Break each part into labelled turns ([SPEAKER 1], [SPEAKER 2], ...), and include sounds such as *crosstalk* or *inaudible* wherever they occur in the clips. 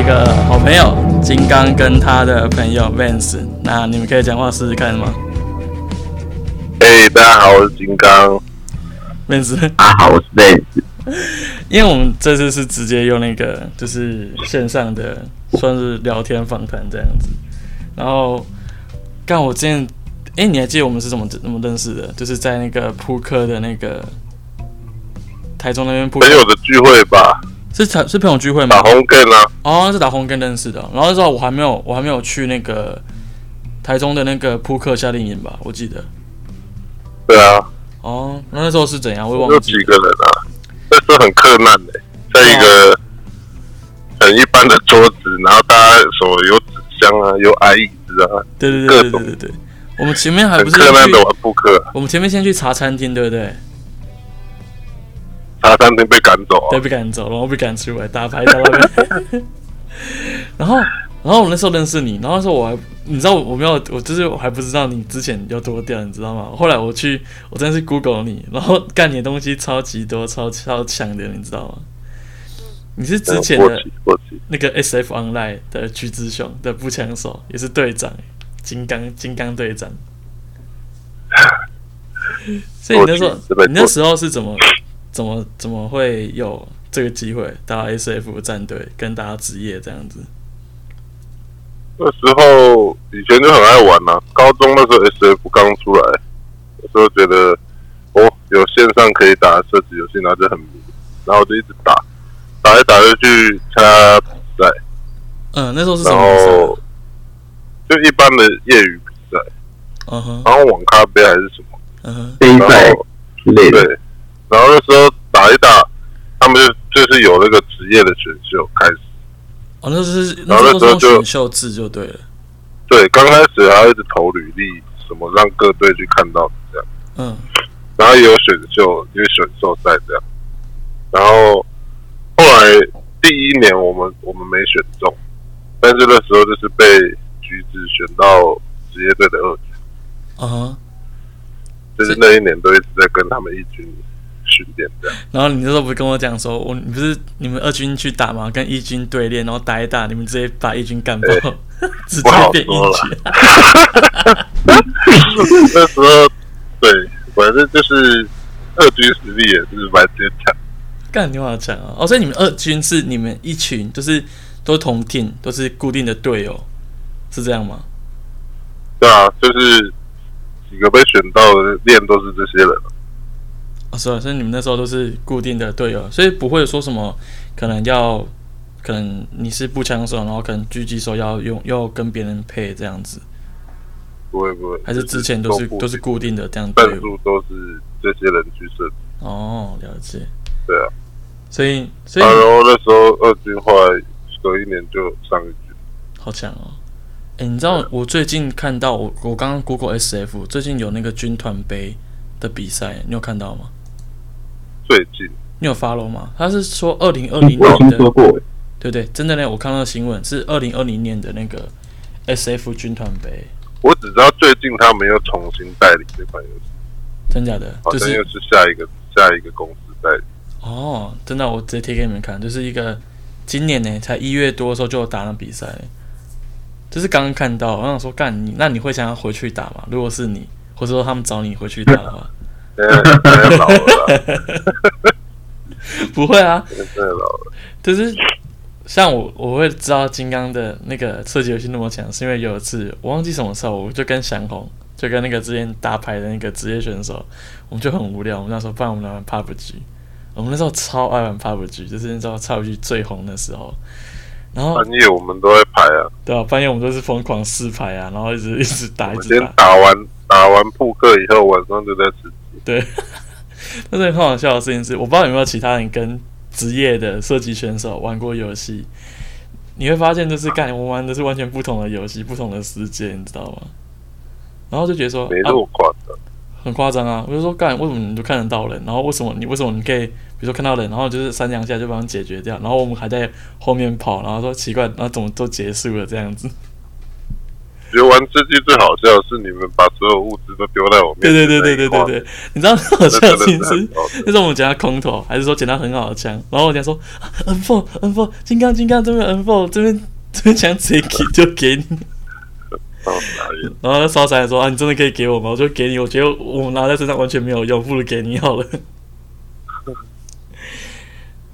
[SPEAKER 1] 一个好朋友金刚跟他的朋友 Vance。那你们可以讲话试试看吗
[SPEAKER 2] 嘿、大家好，我是金刚。
[SPEAKER 1] ？Vance， *laughs*
[SPEAKER 2] 大家好，我是 Vance。
[SPEAKER 1] 因为我们这次是直接用那个就是线上的算是聊天访谈这样子。然后，干我之前，哎、你还记得我们是怎么怎么认识的？就是在那个扑克的那个台中那边扑克
[SPEAKER 2] 朋友的聚会吧，
[SPEAKER 1] 是台是朋友聚会吗
[SPEAKER 2] 打？红更啊，
[SPEAKER 1] 哦，是打红跟认识的。然后那时候我还没有，我还没有去那个台中的那个扑克夏令营吧，我记得。
[SPEAKER 2] 对啊，
[SPEAKER 1] 哦，那那时候是怎样？我也
[SPEAKER 2] 就
[SPEAKER 1] 忘记
[SPEAKER 2] 几
[SPEAKER 1] 了。
[SPEAKER 2] 个人啊，但是很困难的、在一
[SPEAKER 1] 啊
[SPEAKER 2] 个很一般的桌子，然后大家手有纸箱啊，有矮椅子啊，
[SPEAKER 1] 对对
[SPEAKER 2] 各
[SPEAKER 1] 对对
[SPEAKER 2] 种
[SPEAKER 1] 对对对。我们前面还
[SPEAKER 2] 很
[SPEAKER 1] 啊不是
[SPEAKER 2] 困难
[SPEAKER 1] 去
[SPEAKER 2] 的，玩扑克、啊，
[SPEAKER 1] 我们前面先去茶餐厅，对不对？
[SPEAKER 2] 茶餐厅被赶走啊
[SPEAKER 1] 对，，被赶走，然后被赶出来打牌打到外面 *laughs* 然后，然后我那时候认识你，然后那时候我还，你知道我我没有，我就是我还不知道你之前有多屌，你知道吗？后来我去，我真的是 Google 你，然后干你的东西超级多，超超强的，你知道吗？你是之前
[SPEAKER 2] 嗯呃过
[SPEAKER 1] 的
[SPEAKER 2] 期过期，
[SPEAKER 1] 那个 SF Online 的橘子熊的步枪手，也是队长，金刚金刚队长。 *laughs* 所以你那时候
[SPEAKER 2] 过去真的，
[SPEAKER 1] 你那时候是怎么怎么怎么会有这个机会到 SF 战队跟大家职业这样子？
[SPEAKER 2] 那时候以前就很爱玩啊，高中那时候 SF 刚出来，那时候觉得哦，有线上可以打射击游戏，然后就很迷，然后我就一直打，打一打就去参加比赛，
[SPEAKER 1] 嗯，那时候是什
[SPEAKER 2] 然
[SPEAKER 1] 么比赛
[SPEAKER 2] 后？就一般的业余比赛，
[SPEAKER 1] 嗯哼，
[SPEAKER 2] 然后网咖杯还是什么，
[SPEAKER 1] 嗯哼，
[SPEAKER 3] 杯
[SPEAKER 2] 然
[SPEAKER 3] 赛
[SPEAKER 2] 后
[SPEAKER 3] 之类
[SPEAKER 2] 对
[SPEAKER 3] 的。，
[SPEAKER 2] 然后那时候打一打，他们就就是有那个职业的选秀开始，
[SPEAKER 1] 哦，那时候是那
[SPEAKER 2] 然后那
[SPEAKER 1] 时候
[SPEAKER 2] 时
[SPEAKER 1] 是
[SPEAKER 2] 候
[SPEAKER 1] 用
[SPEAKER 2] 就
[SPEAKER 1] 选秀制就对了。
[SPEAKER 2] 对，刚开始还要一直投履历，什么让各队去看到这样。
[SPEAKER 1] 嗯
[SPEAKER 2] 然后也有选秀，也有选秀赛这样。然后后来第一年我们我们没选中，但是那时候就是被橘子选到职业队的二军，
[SPEAKER 1] 嗯哼，
[SPEAKER 2] 就是那一年都一直在跟他们一军训练这
[SPEAKER 1] *laughs*
[SPEAKER 2] 样。
[SPEAKER 1] 然后你那时候不是跟我讲说，哦我你不是你们二军去打嘛，跟一军对练，然后打一打，你们直接把一军干爆， *laughs* 直接
[SPEAKER 2] 不好
[SPEAKER 1] 变一
[SPEAKER 2] 说
[SPEAKER 1] 军。
[SPEAKER 2] 那时候对，反正就是二军实力也是蛮坚强。
[SPEAKER 1] *laughs* 干你好强啊！哦，所以你们二军是你们一群，就是都同 team，都是固定的队友，是这样吗？
[SPEAKER 2] 对啊，就是几个被选到的练都是这些人。
[SPEAKER 1] 哦，是啊，所以你们那时候都是固定的队友，所以不会说什么可能要，可能你是步枪手，然后可能狙击手要用要跟别人配这样子，
[SPEAKER 2] 不会不会，
[SPEAKER 1] 还是之前都是
[SPEAKER 2] 就是
[SPEAKER 1] 都是固定的这样
[SPEAKER 2] 战
[SPEAKER 1] 队伍？
[SPEAKER 2] 术都是这些人去设计。
[SPEAKER 1] 哦，了解。
[SPEAKER 2] 对啊。
[SPEAKER 1] 所以，所以
[SPEAKER 2] 啊，然后那时候二军后来隔一年就上一军，
[SPEAKER 1] 好强哦！哎、你知道我最近看到我我刚刚 Google SF 最近有那个军团杯的比赛，你有看到吗？
[SPEAKER 2] 最近
[SPEAKER 1] 你有 follow 吗？他是说二零二
[SPEAKER 3] 嗯
[SPEAKER 1] 零
[SPEAKER 3] 我有
[SPEAKER 1] 年
[SPEAKER 3] 听
[SPEAKER 1] 的，
[SPEAKER 3] 说过，
[SPEAKER 1] 对对，真的呢，我看到的新闻是二零二零年的那个 SF 军团杯，
[SPEAKER 2] 我只知道最近他们又重新代理这款游戏，
[SPEAKER 1] 真假
[SPEAKER 3] 哦
[SPEAKER 1] 的？
[SPEAKER 2] 好
[SPEAKER 1] 就
[SPEAKER 2] 像又
[SPEAKER 1] 是
[SPEAKER 2] 是下一个下一个公司代理。
[SPEAKER 1] 哦，真的，我直接贴给你们看，就是一个今年呢，才一月多的时候就有打那比赛，就是刚刚看到，我想说干你，那你会想要回去打吗？如果是你，或者说他们找你回去打的话， *laughs*
[SPEAKER 2] 现在现在老了啦，
[SPEAKER 1] 不会啊，
[SPEAKER 2] 现在老了。
[SPEAKER 1] 就是像我，我会知道金刚的那个射击游戏那么强，是因为有一次我忘记什么时候，我就跟翔红，就跟那个之前打牌的那个职业选手，我们就很无聊，我们那时候不然我们来玩 PUBG，我们那时候超爱玩 PUBG，就是那时候 PUBG 最红的时候。然后
[SPEAKER 2] 半夜我们都在排啊，
[SPEAKER 1] 对啊，半夜我们都是疯狂试牌啊，然后一直一直
[SPEAKER 2] 我
[SPEAKER 1] 打，一
[SPEAKER 2] 们
[SPEAKER 1] 直
[SPEAKER 2] 先
[SPEAKER 1] 打。
[SPEAKER 2] 打完打完扑克以后，晚上就在吃。
[SPEAKER 1] 对， *laughs* 但是很好笑的事情是，我不知道有没有其他人跟职业的射击选手玩过游戏，你会发现就是干我玩的是完全不同的游戏，不同的世界，你知道吗？然后就觉得说啊
[SPEAKER 2] 没那么夸张。
[SPEAKER 1] 很夸张啊！我就说干，为什么你就看得到人？然后为什么你为什么你可以，比如说看到人，然后就是三两下就把他们解决掉，然后我们还在后面跑，然后说奇怪，然后怎么都结束了这样子？
[SPEAKER 2] 觉得玩吃鸡最好笑的是你们把所有物资都丢在我面前
[SPEAKER 1] 对对对
[SPEAKER 2] 那
[SPEAKER 1] 对
[SPEAKER 2] 一
[SPEAKER 1] 对
[SPEAKER 2] 块，
[SPEAKER 1] 对对，你知道最好笑 *laughs*
[SPEAKER 2] 那
[SPEAKER 1] 的事
[SPEAKER 2] 真
[SPEAKER 1] 情
[SPEAKER 2] 的
[SPEAKER 1] 是
[SPEAKER 2] 很，好笑
[SPEAKER 1] 那时候我们捡到空投，还是说捡到很好的枪，然后我讲说 N four N four 金刚金刚这边 N four 这边这边枪直接给就给你，
[SPEAKER 2] 超傻眼。
[SPEAKER 1] 然后烧柴说啊你真的可以给我吗？我就给你，我觉得我拿在身上完全没有用，不如给你好了。 *laughs*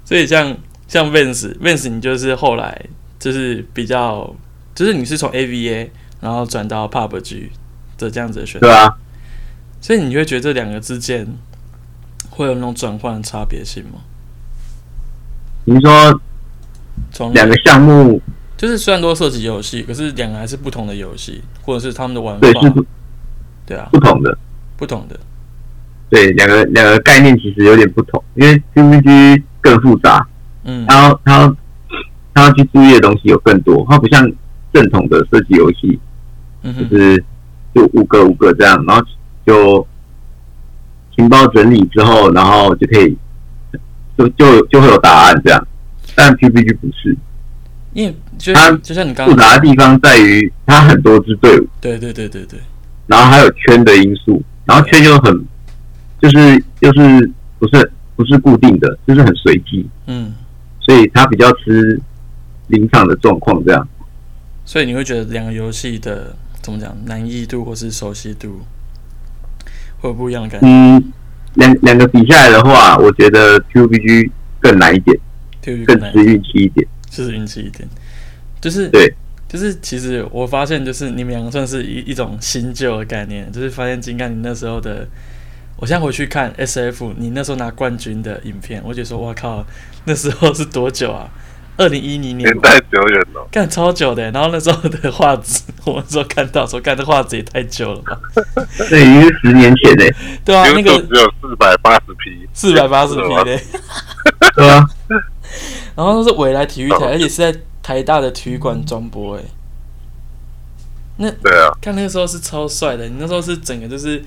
[SPEAKER 1] 所以像像 Vance Vance 你就是后来就是比较就是你是从 AVA 然后转到 PUBG 的这样子的选择
[SPEAKER 3] 对，啊，
[SPEAKER 1] 所以你会觉得这两个之间会有那种转换的差别性吗？
[SPEAKER 3] 你说
[SPEAKER 1] 从
[SPEAKER 3] 两个
[SPEAKER 2] 嗯
[SPEAKER 3] 项目
[SPEAKER 1] 就是虽然都涉及游戏，可是两个还是不同的游戏，或者是他们的玩
[SPEAKER 3] 对是
[SPEAKER 1] 法
[SPEAKER 3] 不，
[SPEAKER 1] 对啊，
[SPEAKER 3] 不同的，
[SPEAKER 1] 不同的，
[SPEAKER 3] 对，两个两个概念其实有点不同，因为 PVG 更复杂，
[SPEAKER 1] 嗯，
[SPEAKER 3] 它要它要它要去注意的东西有更多，它不像正统的射击游戏，
[SPEAKER 1] 嗯
[SPEAKER 3] 就
[SPEAKER 1] 哼，
[SPEAKER 3] 是就五个五个这样，然后就情报整理之后，然后就可以就就就会有答案这样。但 PPG 不是，
[SPEAKER 1] 因为就
[SPEAKER 3] 它
[SPEAKER 1] 就像你刚
[SPEAKER 3] 啊复
[SPEAKER 1] 刚，
[SPEAKER 3] 杂的地方在于它很多支队伍，
[SPEAKER 1] 对对对对对，
[SPEAKER 3] 然后还有圈的因素，然后圈又很就是就是不是不是固定的，就是很随机，
[SPEAKER 1] 嗯，
[SPEAKER 3] 所以它比较吃临场的状况这样。
[SPEAKER 1] 所以你会觉得两个游戏的怎么讲难易度或是熟悉度会有不一样的感觉
[SPEAKER 3] 嗯，两两个比下来的话，我觉得 PUBG 更难一点，，
[SPEAKER 1] 对于
[SPEAKER 3] 更
[SPEAKER 1] 可能
[SPEAKER 3] 吃运气一点。
[SPEAKER 1] 就是运气一点，就是
[SPEAKER 3] 对，
[SPEAKER 1] 就是其实我发现，就是你们两个算是一一种新旧的概念，就是发现金刚你那时候的，我现在回去看 S F 你那时候拿冠军的影片，我就说，我靠，那时候是多久啊？二零一零年
[SPEAKER 2] 年
[SPEAKER 1] 吧，
[SPEAKER 2] 代久远哦了，
[SPEAKER 1] 干超久的。欸然后那时候的画质，我那时候看到说，干这画质也太久了吧？
[SPEAKER 3] *laughs* 那已经是十年前嘞、
[SPEAKER 1] 对啊，那个
[SPEAKER 2] 只有四百八十 P，
[SPEAKER 1] 四百八十 P 的。
[SPEAKER 3] 对啊，
[SPEAKER 1] 然后那是未来体育
[SPEAKER 2] 哦
[SPEAKER 1] 台，而且是在台大的体育馆转播哎、
[SPEAKER 2] 对啊，
[SPEAKER 1] 看那个时候是超帅的，你那时候是整个就是，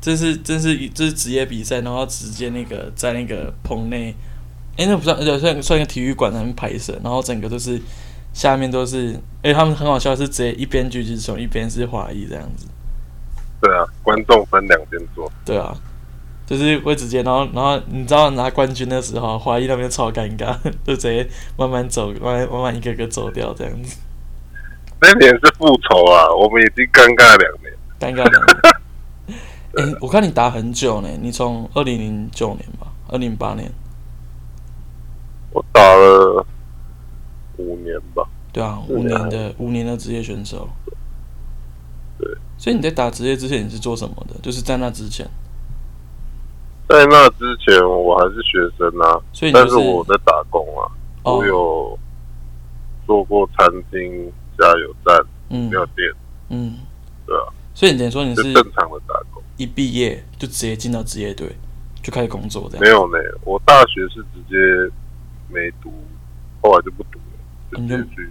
[SPEAKER 1] 这是这是这是职业比赛，然后直接那个在那个棚内，哎、那不算，呃算算一个体育馆那边拍摄，然后整个都是下面都是，哎、他们很好笑，是直接一边狙击手一边是华裔这样子，
[SPEAKER 2] *laughs* 对啊，观众分两边坐，
[SPEAKER 1] 对啊，就是会直接，然后然后你知道拿冠军的时候，华裔那边超尴尬， *laughs* 就直接慢慢走，慢慢慢慢一个个走掉这样子，
[SPEAKER 2] 那年是复仇啊，我们已经尴尬两年， *laughs*
[SPEAKER 1] 尴尬的。哎、我看你打很久呢，你从二零零九年吧，二零零八年。
[SPEAKER 2] 我打了五年吧，
[SPEAKER 1] 对啊，
[SPEAKER 2] 对啊
[SPEAKER 1] 五年的五年的职业选手。
[SPEAKER 2] 对。
[SPEAKER 1] 所以你在打职业之前你是做什么的？就是在那之前，
[SPEAKER 2] 在那之前我还是学生啊，
[SPEAKER 1] 所以你
[SPEAKER 2] 但
[SPEAKER 1] 就是
[SPEAKER 2] 我在打工啊，
[SPEAKER 1] 哦
[SPEAKER 2] 我，有做过餐厅、加油站、
[SPEAKER 1] 嗯
[SPEAKER 2] 料店，
[SPEAKER 1] 嗯，
[SPEAKER 2] 对啊，
[SPEAKER 1] 所以你等于说你
[SPEAKER 2] 就是正常的打工。
[SPEAKER 1] 一毕业就直接进到职业队，就开始工作这
[SPEAKER 2] 没
[SPEAKER 1] 样，
[SPEAKER 2] 有呢，我大学是直接没读，后来就不读了，直
[SPEAKER 1] 你
[SPEAKER 2] 接
[SPEAKER 1] 就
[SPEAKER 2] 去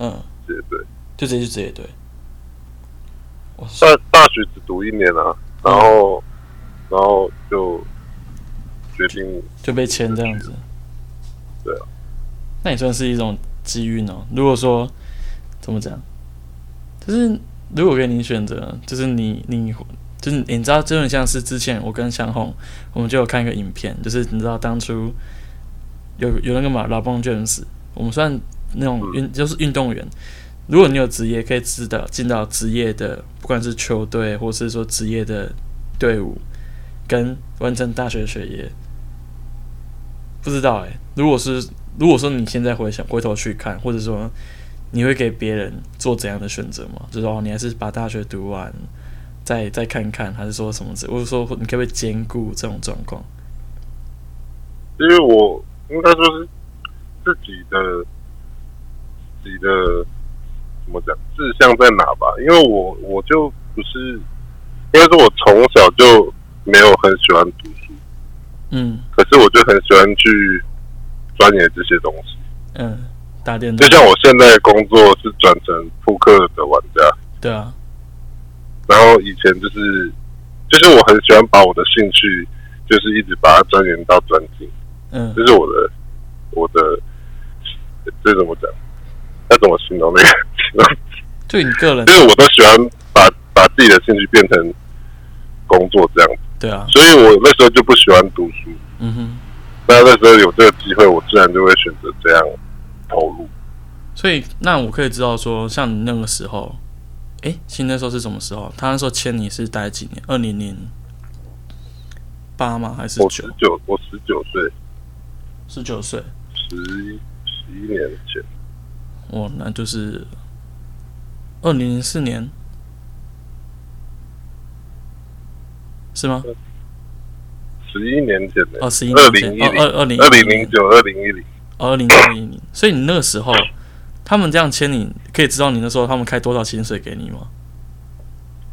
[SPEAKER 1] 嗯，
[SPEAKER 2] 结对。
[SPEAKER 1] 就直接去职业队。哇塞，
[SPEAKER 2] 大大学只读一年啊，然后然后就决定
[SPEAKER 1] 就被签这样子。
[SPEAKER 2] 对啊。
[SPEAKER 1] 那也算是一种机遇呢。如果说怎么讲，就是如果给你选择，就是你你就是你你知道，就很像是之前我跟向红，我们就有看一个影片，就是你知道当初有有那个嘛老棒 James，我们算那种
[SPEAKER 2] 嗯
[SPEAKER 1] 运、就是运动员。如果你有职业，可以知道进到职业的，不管是球队或是说职业的队伍，跟完成大学学业，不知道哎、如果是如果说你现在回想回头去看，或者说你会给别人做怎样的选择吗？就是说哦，你还是把大学读完，再再看看，还是说什么之？或者说你可不可以兼顾这种状况？
[SPEAKER 2] 因为我应该说是自己的自己的怎么讲志向在哪吧，因为我我就不是，应该说我从小就没有很喜欢读书，
[SPEAKER 1] 嗯
[SPEAKER 2] 可是我就很喜欢去钻研这些东西。
[SPEAKER 1] 嗯，打电
[SPEAKER 2] 就
[SPEAKER 1] 动，
[SPEAKER 2] 像我现在的工作是转成扑克的玩家，
[SPEAKER 1] 对啊，
[SPEAKER 2] 对然后以前就是就是我很喜欢把我的兴趣就是一直把它钻研到专精，
[SPEAKER 1] 嗯
[SPEAKER 2] 这是我的我的这怎么讲？要怎么形容那个？ *laughs* 形容
[SPEAKER 1] 就你个人
[SPEAKER 2] 就是我都喜欢把把自己的兴趣变成工作这样子，
[SPEAKER 1] 对啊，
[SPEAKER 2] 所以我那时候就不喜欢读书。
[SPEAKER 1] 嗯哼，
[SPEAKER 2] 那那时候有这个机会，我自然就会选择这样投入。
[SPEAKER 1] 所以那我可以知道说，像你那个时候，诶，其实那时候是什么时候？他那时候签你是待几年？二零零八吗？还是
[SPEAKER 2] 我十
[SPEAKER 1] 九？
[SPEAKER 2] 九，我十九岁，
[SPEAKER 1] 十九岁，
[SPEAKER 2] 十一十一年前，
[SPEAKER 1] 哦，那就是二零零四年，是吗？
[SPEAKER 2] 十一年前的
[SPEAKER 1] 哦，十一
[SPEAKER 2] 二
[SPEAKER 1] 年前
[SPEAKER 2] 零，一
[SPEAKER 1] 哦，
[SPEAKER 2] 零
[SPEAKER 1] 二二零
[SPEAKER 2] 二零零九二零一零，
[SPEAKER 1] 二零二一年，所以你那个时候，他们这样签你，可以知道你那时候他们开多少薪水给你吗？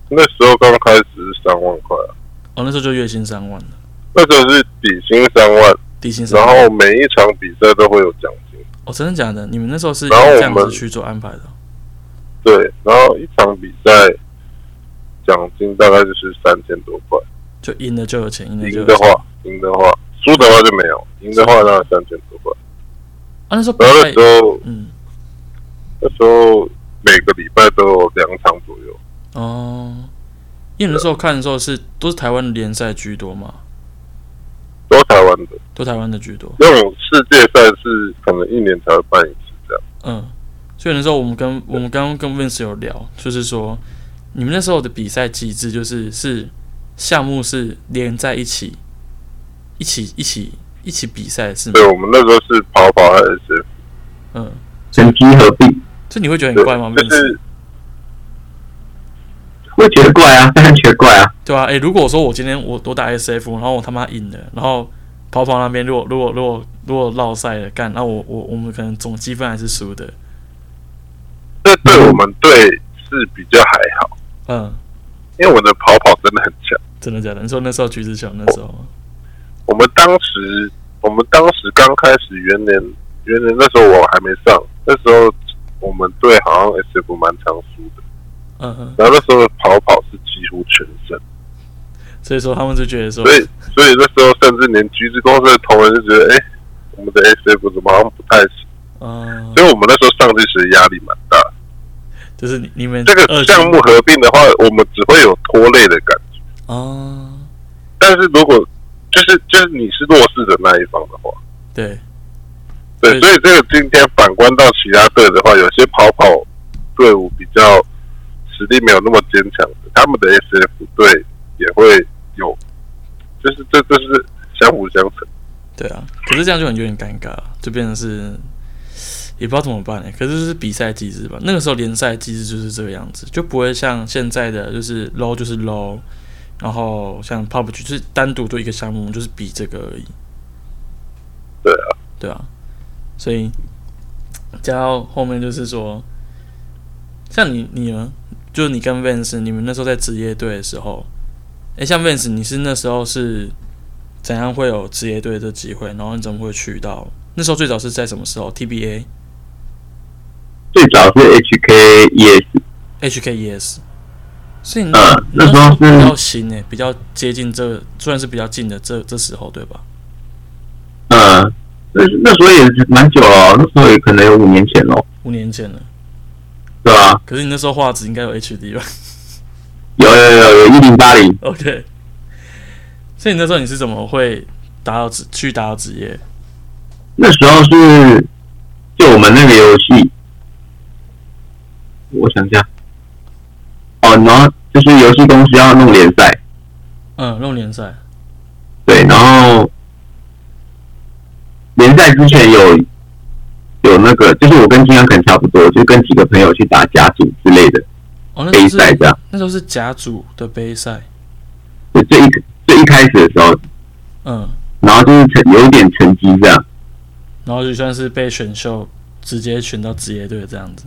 [SPEAKER 2] 那时候刚开始是三万块啊，
[SPEAKER 1] 哦，那时候就月薪三万了，
[SPEAKER 2] 那时候是底薪三万，
[SPEAKER 1] 底薪三
[SPEAKER 2] 然
[SPEAKER 1] 万。
[SPEAKER 2] 后每一场比赛都会有奖金，
[SPEAKER 1] 哦，真的假的？你们那时候是
[SPEAKER 2] 然后我
[SPEAKER 1] 这
[SPEAKER 2] 们
[SPEAKER 1] 样子去做安排的？哦
[SPEAKER 2] 对，然后一场比赛奖金大概就是三千多块，
[SPEAKER 1] 就赢了就有钱，赢了就
[SPEAKER 2] 赢
[SPEAKER 1] 有
[SPEAKER 2] 的
[SPEAKER 1] 钱。
[SPEAKER 2] 话赢的话，输的话就没有，赢的话那三千多块，
[SPEAKER 1] 啊，那时候比
[SPEAKER 2] 然后那
[SPEAKER 1] 赛
[SPEAKER 2] 时，候
[SPEAKER 1] 嗯，
[SPEAKER 2] 那时候每个礼拜都有两场左右。
[SPEAKER 1] 哦，因为你那时候看的时候是都是台湾联赛居多嘛，
[SPEAKER 2] 都台湾的，
[SPEAKER 1] 都台湾的居多。
[SPEAKER 2] 那种世界赛是可能一年才会办一次这样。
[SPEAKER 1] 嗯，所以那时候我们跟我们刚刚跟 Vince 有聊，就是说你们那时候的比赛机制就是是项目是连在一起，一起一起一起比赛是吗
[SPEAKER 2] 对，？我们那时候是跑跑还是谁？
[SPEAKER 1] 嗯，
[SPEAKER 3] 成批合并，
[SPEAKER 1] 这你会觉得很
[SPEAKER 2] 对
[SPEAKER 1] 怪吗
[SPEAKER 2] 就
[SPEAKER 1] ？Vince？
[SPEAKER 2] 是
[SPEAKER 3] 会觉得怪啊，当然觉得怪啊。
[SPEAKER 1] 对啊，诶、如果说我今天我我打 SF，然后我他妈赢了，然后跑跑那边如果如果如果如果落赛了，干，那我我我们可能总积分还是输的，
[SPEAKER 2] 这对我们队是比较还好，
[SPEAKER 1] 嗯，
[SPEAKER 2] 因为我的跑跑真的很强。
[SPEAKER 1] 真的假的？你说那时候橘子熊那时候吗？
[SPEAKER 2] 我们当时，我们当时刚开始元年，元年那时候我还没上，那时候我们队好像 SF 蛮常输的，
[SPEAKER 1] 嗯哼，
[SPEAKER 2] 然后那时候跑跑是几乎全胜，
[SPEAKER 1] 所以说他们就觉得说
[SPEAKER 2] 所，以所以那时候甚至连橘子公司的同仁就觉得，哎、我们的 SF 怎么好像不太行？
[SPEAKER 1] 嗯，
[SPEAKER 2] 所以我们那时候上去其实压力蛮大。
[SPEAKER 1] 就是你你们
[SPEAKER 2] 这
[SPEAKER 1] 二
[SPEAKER 2] 个
[SPEAKER 1] 军
[SPEAKER 2] 项目合并的话，我们只会有拖累的感觉。
[SPEAKER 1] 哦，
[SPEAKER 2] 但是如果就是就是你是弱势的那一方的话，
[SPEAKER 1] 对，
[SPEAKER 2] 对，
[SPEAKER 1] 对
[SPEAKER 2] 所以这个今天反观到其他队的话，有些跑跑队伍比较实力没有那么坚强的，他们的 SF 队也会有，就是这这是相辅相成。
[SPEAKER 1] 对啊，可是这样就很有点尴尬，就变成是也不知道怎么办哎、可是就是比赛机制吧，那个时候联赛机制就是这个样子，就不会像现在的就是 low 就是 low，然后像 pub 就是单独做一个项目，就是比这个而已。
[SPEAKER 2] 对啊，
[SPEAKER 1] 对啊，所以加到后面就是说，像你你呢，就是你跟 Vance 你们那时候在职业队的时候，诶，像 Vance 你是那时候是怎样会有职业队的机会，然后你怎么会去到那时候最早是在什么时候？TBA、
[SPEAKER 3] 最早是 HKES，
[SPEAKER 1] HKES，所以你
[SPEAKER 3] 呃
[SPEAKER 1] 你
[SPEAKER 3] 那时候是
[SPEAKER 1] 比较新诶、比较接近这虽然是比较近的这这时候对吧？
[SPEAKER 3] 嗯，那那时候也是蛮久了哦，那时候也可能有五年前喽，
[SPEAKER 1] 五年前了，
[SPEAKER 3] 对吧、
[SPEAKER 1] 可是你那时候画质应该有 HD 吧？
[SPEAKER 3] 有有有有一零八零，
[SPEAKER 1] *laughs* OK，所以你那时候你是怎么会打到职去打到职业？
[SPEAKER 3] 那时候是就我们那个游戏，我想一下，哦，然后就是游戏公司要弄联赛，
[SPEAKER 1] 嗯，弄联赛，
[SPEAKER 3] 对，然后联赛之前有有那个，就是我跟金刚肯差不多，就跟几个朋友去打甲组之类的
[SPEAKER 1] 哦，那时
[SPEAKER 3] 杯
[SPEAKER 1] 候
[SPEAKER 3] 赛
[SPEAKER 1] 是
[SPEAKER 3] 这样，
[SPEAKER 1] 那时候是甲组的杯赛，
[SPEAKER 3] 就最一最一开始的时候，
[SPEAKER 1] 嗯，
[SPEAKER 3] 然后就是成有一点成绩这样，
[SPEAKER 1] 然后就算是被选秀直接选到职业队这样子，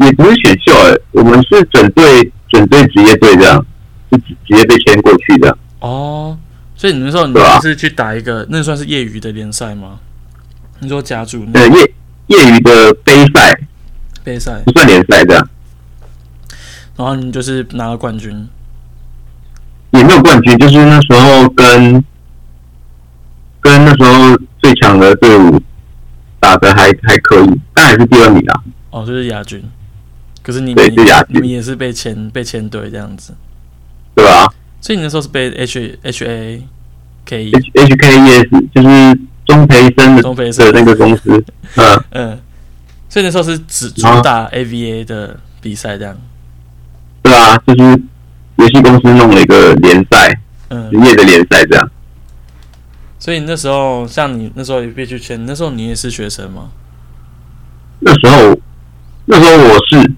[SPEAKER 3] 也不是选秀、欸，我们是准队准队职业队这样，就直直接被签过去的。
[SPEAKER 1] 哦，所以你那时候你
[SPEAKER 3] 对啊
[SPEAKER 1] 是去打一个，那算是业余的联赛吗？你说甲组那
[SPEAKER 3] 呃，业业余的杯赛
[SPEAKER 1] 杯赛，
[SPEAKER 3] 不算联赛这样，
[SPEAKER 1] 然后你就是拿了冠军。
[SPEAKER 3] 也没有冠军，就是那时候跟跟那时候最强的队伍打的还还可以，但还是第二名啊。
[SPEAKER 1] 哦，就是亚军。可是你
[SPEAKER 3] 对
[SPEAKER 1] 你
[SPEAKER 3] 就亚军
[SPEAKER 1] 你们也是被签被签队这样子，
[SPEAKER 3] 对吧
[SPEAKER 1] 所以你那时候是被 H H A K E
[SPEAKER 3] ？H H K E S 就是钟培生的
[SPEAKER 1] 中培生
[SPEAKER 3] 的那个
[SPEAKER 1] *laughs*
[SPEAKER 3] 公司，嗯，
[SPEAKER 1] 嗯，所以那时候是只主打 A V A 的比赛这样，
[SPEAKER 3] 对啊，就是游戏公司弄了一个联赛，
[SPEAKER 1] 嗯
[SPEAKER 3] 职，业的联赛这样。
[SPEAKER 1] 所以那时候像你那时候也必须签，那时候你也是学生吗？
[SPEAKER 3] 那时候那时候我是，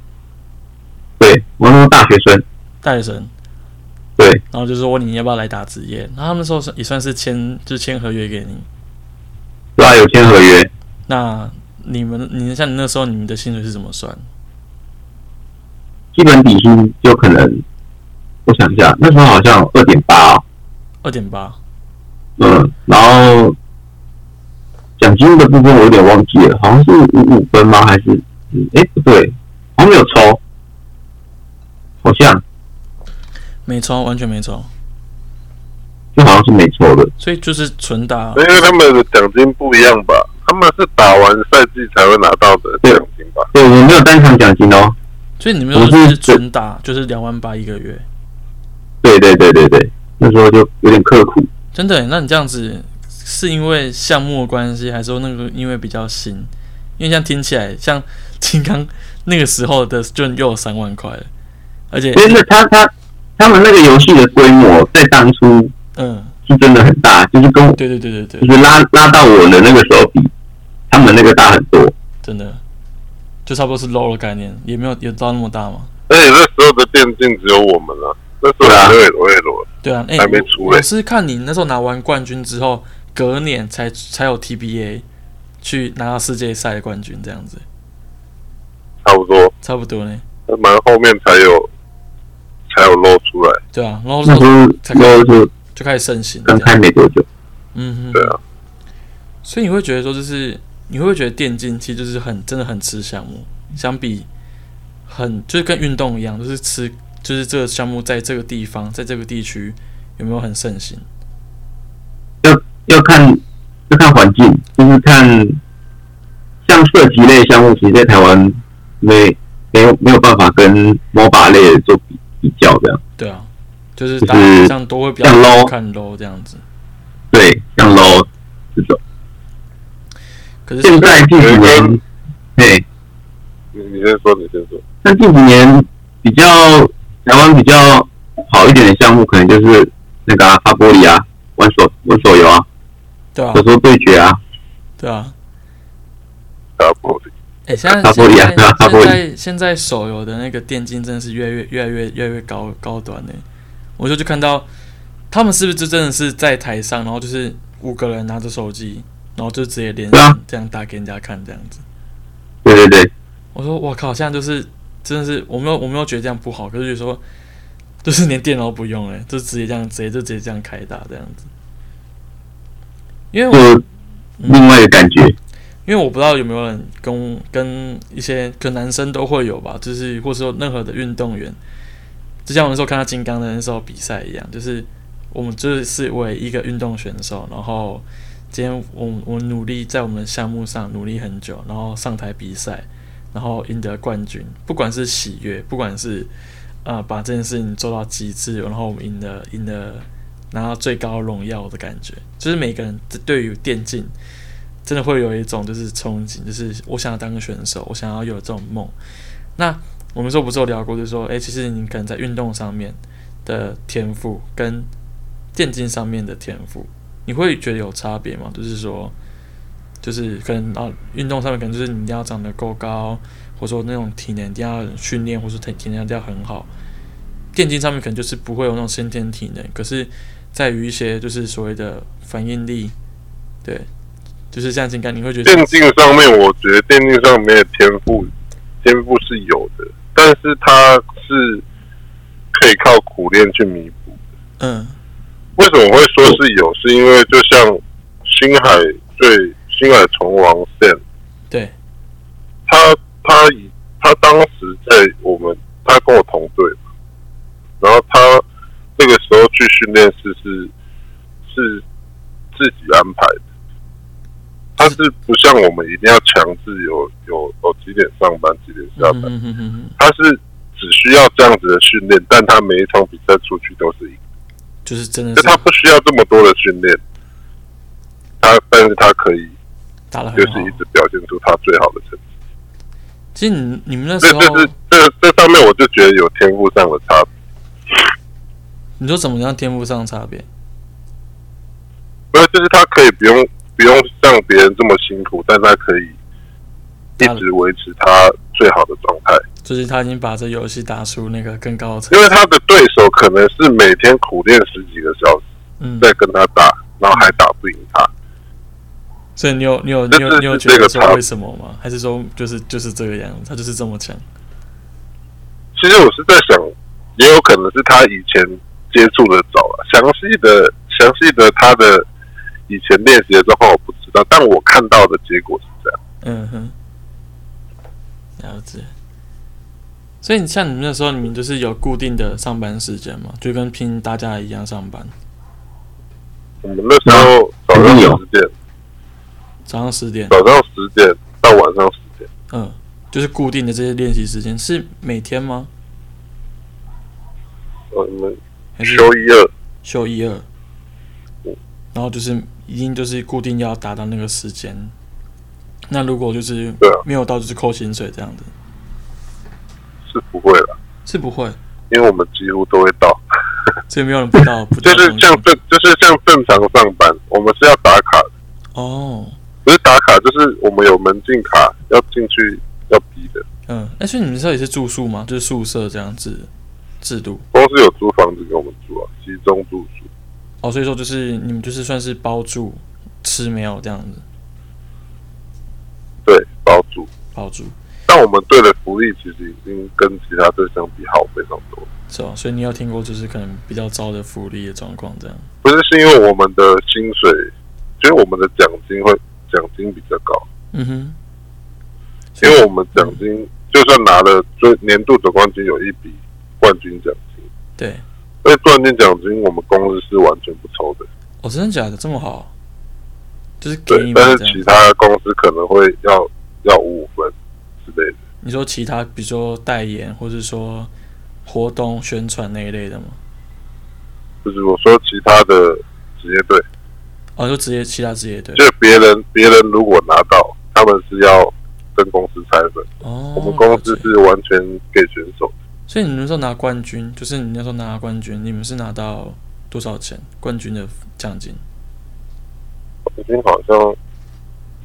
[SPEAKER 3] 对我那时候大学生，
[SPEAKER 1] 大学生，
[SPEAKER 3] 对
[SPEAKER 1] 然后就说问你要不要来打职业，然后他们那时候是也算是签就是签合约给你，
[SPEAKER 3] 对啊，有签合约，
[SPEAKER 1] 那你们你像你那时候你们的薪水是怎么算？
[SPEAKER 3] 基本底薪就可能，我想一下，那时候好像二点八哦。
[SPEAKER 1] 二点八，
[SPEAKER 3] 嗯，然后奖金的部分我有点忘记了，好像是五五分吗？还是嗯哎、不对，好像没有抽，好像
[SPEAKER 1] 没抽，完全没抽，
[SPEAKER 3] 就好像是没抽的。
[SPEAKER 1] 所以就是纯打
[SPEAKER 2] 因为他们的奖金不一样吧？他们是打完赛季才会拿到的
[SPEAKER 3] 对
[SPEAKER 2] 奖金吧？
[SPEAKER 3] 对，我没有单场奖金哦。
[SPEAKER 1] 所以你们都是纯打，就是两万八一个月，
[SPEAKER 3] 对对对对对，那时候就有点刻苦。
[SPEAKER 1] 真的耶？那你这样子是因为项目的关系，还是说那个因为比较新？因为像听起来像 *laughs* 金刚那个时候的就又有三万块了，而且
[SPEAKER 3] 因为那他他他们那个游戏的规模在当初
[SPEAKER 1] 嗯，
[SPEAKER 3] 是真的很大，就是跟我
[SPEAKER 1] 对对对对
[SPEAKER 3] 就
[SPEAKER 1] 对，
[SPEAKER 3] 是拉拉到我的那个时候比，他们那个大很多。
[SPEAKER 1] 真的就差不多是 low 的概念，也没有有到那么大嘛。
[SPEAKER 2] 而且那时候的电竞只有我们啊，那时候还没有 LOL，
[SPEAKER 1] 对啊，哎、
[SPEAKER 2] 还没出
[SPEAKER 1] 我
[SPEAKER 2] 嘞
[SPEAKER 1] 我是看你那时候拿完冠军之后，隔年才才有 TBA 去拿到世界赛的冠军，这样子
[SPEAKER 2] 差不多，
[SPEAKER 1] 差不多呢。
[SPEAKER 2] 蛮后面才有才有露出来。
[SPEAKER 1] 对啊，然后
[SPEAKER 3] 那时候
[SPEAKER 1] 才
[SPEAKER 3] 那时候就
[SPEAKER 1] 就开始盛行这
[SPEAKER 3] 刚
[SPEAKER 1] 样。
[SPEAKER 3] 开没多久。
[SPEAKER 1] 嗯
[SPEAKER 2] 对
[SPEAKER 1] 哼，
[SPEAKER 2] 啊，
[SPEAKER 1] 所以你会觉得说，就是你会不会觉得电竞其实就是很真的很吃项目，相比很就是跟运动一样，就是吃就是这个项目在这个地方在这个地区有没有很盛行？
[SPEAKER 3] 要要看要看环境，就是看像射击类项目，其实在台湾没没有没有办法跟 MOBA 类的做比比较，这样
[SPEAKER 1] 对啊，就是
[SPEAKER 3] 就是
[SPEAKER 1] 大家好像都会比较
[SPEAKER 3] 像 low
[SPEAKER 1] 看 low 这样子。
[SPEAKER 3] 对，像 LO 这种，
[SPEAKER 1] 可是
[SPEAKER 3] 现在近几年，对，
[SPEAKER 2] 你你先说，你先说。
[SPEAKER 3] 但近几年比较台湾比较好一点的项目，可能就是那个、啊、发玻璃啊，玩手玩手游啊，
[SPEAKER 1] 对啊
[SPEAKER 3] 手，说对决啊，
[SPEAKER 1] 对啊，
[SPEAKER 2] 打不赢，
[SPEAKER 1] 哎、现在
[SPEAKER 3] 打玻璃啊
[SPEAKER 1] 现在
[SPEAKER 3] 打玻璃
[SPEAKER 1] 现在现在手游的那个电竞真的是越来越越来越越来越高高端呢、我就去看到他们是不是就真的是在台上，然后就是五个人拿着手机，然后就直接连
[SPEAKER 3] 对啊
[SPEAKER 1] 线这样打给人家看这样子。
[SPEAKER 3] 对对对，
[SPEAKER 1] 我说我靠，现在就是真的是我没有我没有觉得这样不好，可是就是说就是连电脑都不用哎、就直接这样直接就直接这样开打这样子。因为我嗯
[SPEAKER 3] 就另外一个感觉，
[SPEAKER 1] 因为我不知道有没有人跟跟一些可能男生都会有吧，就是或者说任何的运动员，就像我那时候看到金刚的那时候比赛一样，就是我们就是为一个运动选手，然后今天我们我们努力在我们的项目上努力很久，然后上台比赛，然后赢得冠军，不管是喜悦，不管是呃把这件事情做到极致，然后我们赢得赢得拿到最高荣耀的感觉，就是每个人对于电竞。真的会有一种就是憧憬，就是我想要当个选手，我想要有这种梦。那我们说不是有聊过，就是说，诶，其实你可能在运动上面的天赋跟电竞上面的天赋，你会觉得有差别吗？就是说，就是可能啊，运动上面可能就是你一定要长得够高，或者说那种体能一定要训练，或者说体体能一定要很好。电竞上面可能就是不会有那种先天体能，可是在于一些就是所谓的反应力，对，就是像金刚，你会觉得嗯
[SPEAKER 2] 电竞上面，我觉得电竞上面的天赋天赋是有的，但是它是可以靠苦练去弥补。
[SPEAKER 1] 嗯
[SPEAKER 2] 为什么会说是有？是因为就像星海最星海虫王 Sam，
[SPEAKER 1] 对，
[SPEAKER 2] 他他以他当时在我们他跟我同队嘛，然后他那个时候去训练室是是自己安排的，他是不像我们一定要强制有有哦几点上班几点下
[SPEAKER 1] 嗯
[SPEAKER 2] 班，
[SPEAKER 1] 嗯嗯嗯，
[SPEAKER 2] 他是只需要这样子的训练，但他每一场比赛出去都是赢，
[SPEAKER 1] 就是真的
[SPEAKER 2] 就他
[SPEAKER 1] 是
[SPEAKER 2] 不需要这么多的训练，他但是他可以
[SPEAKER 1] 打得
[SPEAKER 2] 就
[SPEAKER 1] 很好
[SPEAKER 2] 是一。直表现出他最好的成绩。
[SPEAKER 1] 其实你你们那
[SPEAKER 2] 这
[SPEAKER 1] 时候，
[SPEAKER 2] 就是这这上面我就觉得有天赋上的差别，
[SPEAKER 1] 你说怎么样天赋上的差别？
[SPEAKER 2] 不是就是他可以不用不用像别人这么辛苦，但他可以一直维持他最好的状态，
[SPEAKER 1] 就是他已经把这游戏打出那个更高的层
[SPEAKER 2] 因，为他的对手可能是每天苦练十几个小时
[SPEAKER 1] 嗯，
[SPEAKER 2] 在跟他打，然后还打不赢他。
[SPEAKER 1] 所以你有你有
[SPEAKER 2] 这
[SPEAKER 1] 你有
[SPEAKER 2] 是
[SPEAKER 1] 你有
[SPEAKER 2] 是
[SPEAKER 1] 觉
[SPEAKER 2] 这
[SPEAKER 1] 得
[SPEAKER 2] 个差
[SPEAKER 1] 说为什么吗？还是说就是就是这个样子，他就是这么强？
[SPEAKER 2] 其实我是在想，也有可能是他以前接触的早了，详细的详细的他的以前练习的状况我不知道，但我看到的结果是这样。
[SPEAKER 1] 嗯哼，了解。所以你像你们那时候，你们就是有固定的上班时间嘛，就跟拼大家一样上班，
[SPEAKER 2] 我们那时候早上十点，
[SPEAKER 1] 早上十点，
[SPEAKER 2] 早上十点到晚上十点，
[SPEAKER 1] 嗯，就是固定的这些练习时间是每天吗？
[SPEAKER 2] 我们
[SPEAKER 1] 还是
[SPEAKER 2] 休一二，
[SPEAKER 1] 休一二？然后就是一定就是固定要达到那个时间。那如果就是
[SPEAKER 2] 对啊
[SPEAKER 1] 没有到，就是扣薪水这样子，
[SPEAKER 2] 是不会了，
[SPEAKER 1] 是不会，
[SPEAKER 2] 因为我们几乎都会到，
[SPEAKER 1] 嗯所以没有人不到
[SPEAKER 2] *laughs*
[SPEAKER 1] 不
[SPEAKER 2] 就
[SPEAKER 1] 到
[SPEAKER 2] 是
[SPEAKER 1] 公司
[SPEAKER 2] 像正就是像正常上班，我们是要打卡的，
[SPEAKER 1] 哦，
[SPEAKER 2] 不是打卡就是我们有门禁卡要进去要逼的，
[SPEAKER 1] 嗯，哎，所以你们那时候也是住宿吗？就是宿舍这样子制度？
[SPEAKER 2] 公司有租房子给我们住啊，集中住宿。
[SPEAKER 1] 哦，所以说就是你们就是算是包住，吃没有这样子
[SPEAKER 2] 对，包住。
[SPEAKER 1] 包住
[SPEAKER 2] 但我们队的福利其实已经跟其他队相比好非常多，
[SPEAKER 1] 是吧？所以你有听过就是可能比较糟的福利的状况这样？
[SPEAKER 2] 不是是因为我们的薪水，就是我们的奖金会奖金比较高，
[SPEAKER 1] 嗯哼，
[SPEAKER 2] 因为我们奖金就算拿了最年度总冠军有一笔冠军奖金，
[SPEAKER 1] 对，
[SPEAKER 2] 而且冠军奖金我们公司是完全不抽的，
[SPEAKER 1] 哦，真的假的这么好？就是给
[SPEAKER 2] 对
[SPEAKER 1] 你，们
[SPEAKER 2] 但
[SPEAKER 1] 这
[SPEAKER 2] 是其
[SPEAKER 1] 样？
[SPEAKER 2] 他公司可能会要要五分之类的，
[SPEAKER 1] 你说其他比如说代言或是说活动宣传那一类的吗？
[SPEAKER 2] 就是我说其他的职业队，
[SPEAKER 1] 哦，就直接其他职业队
[SPEAKER 2] 就是别人别人如果拿到，他们是要跟公司拆分。
[SPEAKER 1] 哦，
[SPEAKER 2] 我们公司
[SPEAKER 1] 了解
[SPEAKER 2] 是完全给选手，
[SPEAKER 1] 所以你们那时候拿冠军，就是你那时候拿冠军，你们是拿到多少钱？冠军的奖金
[SPEAKER 2] 已经好像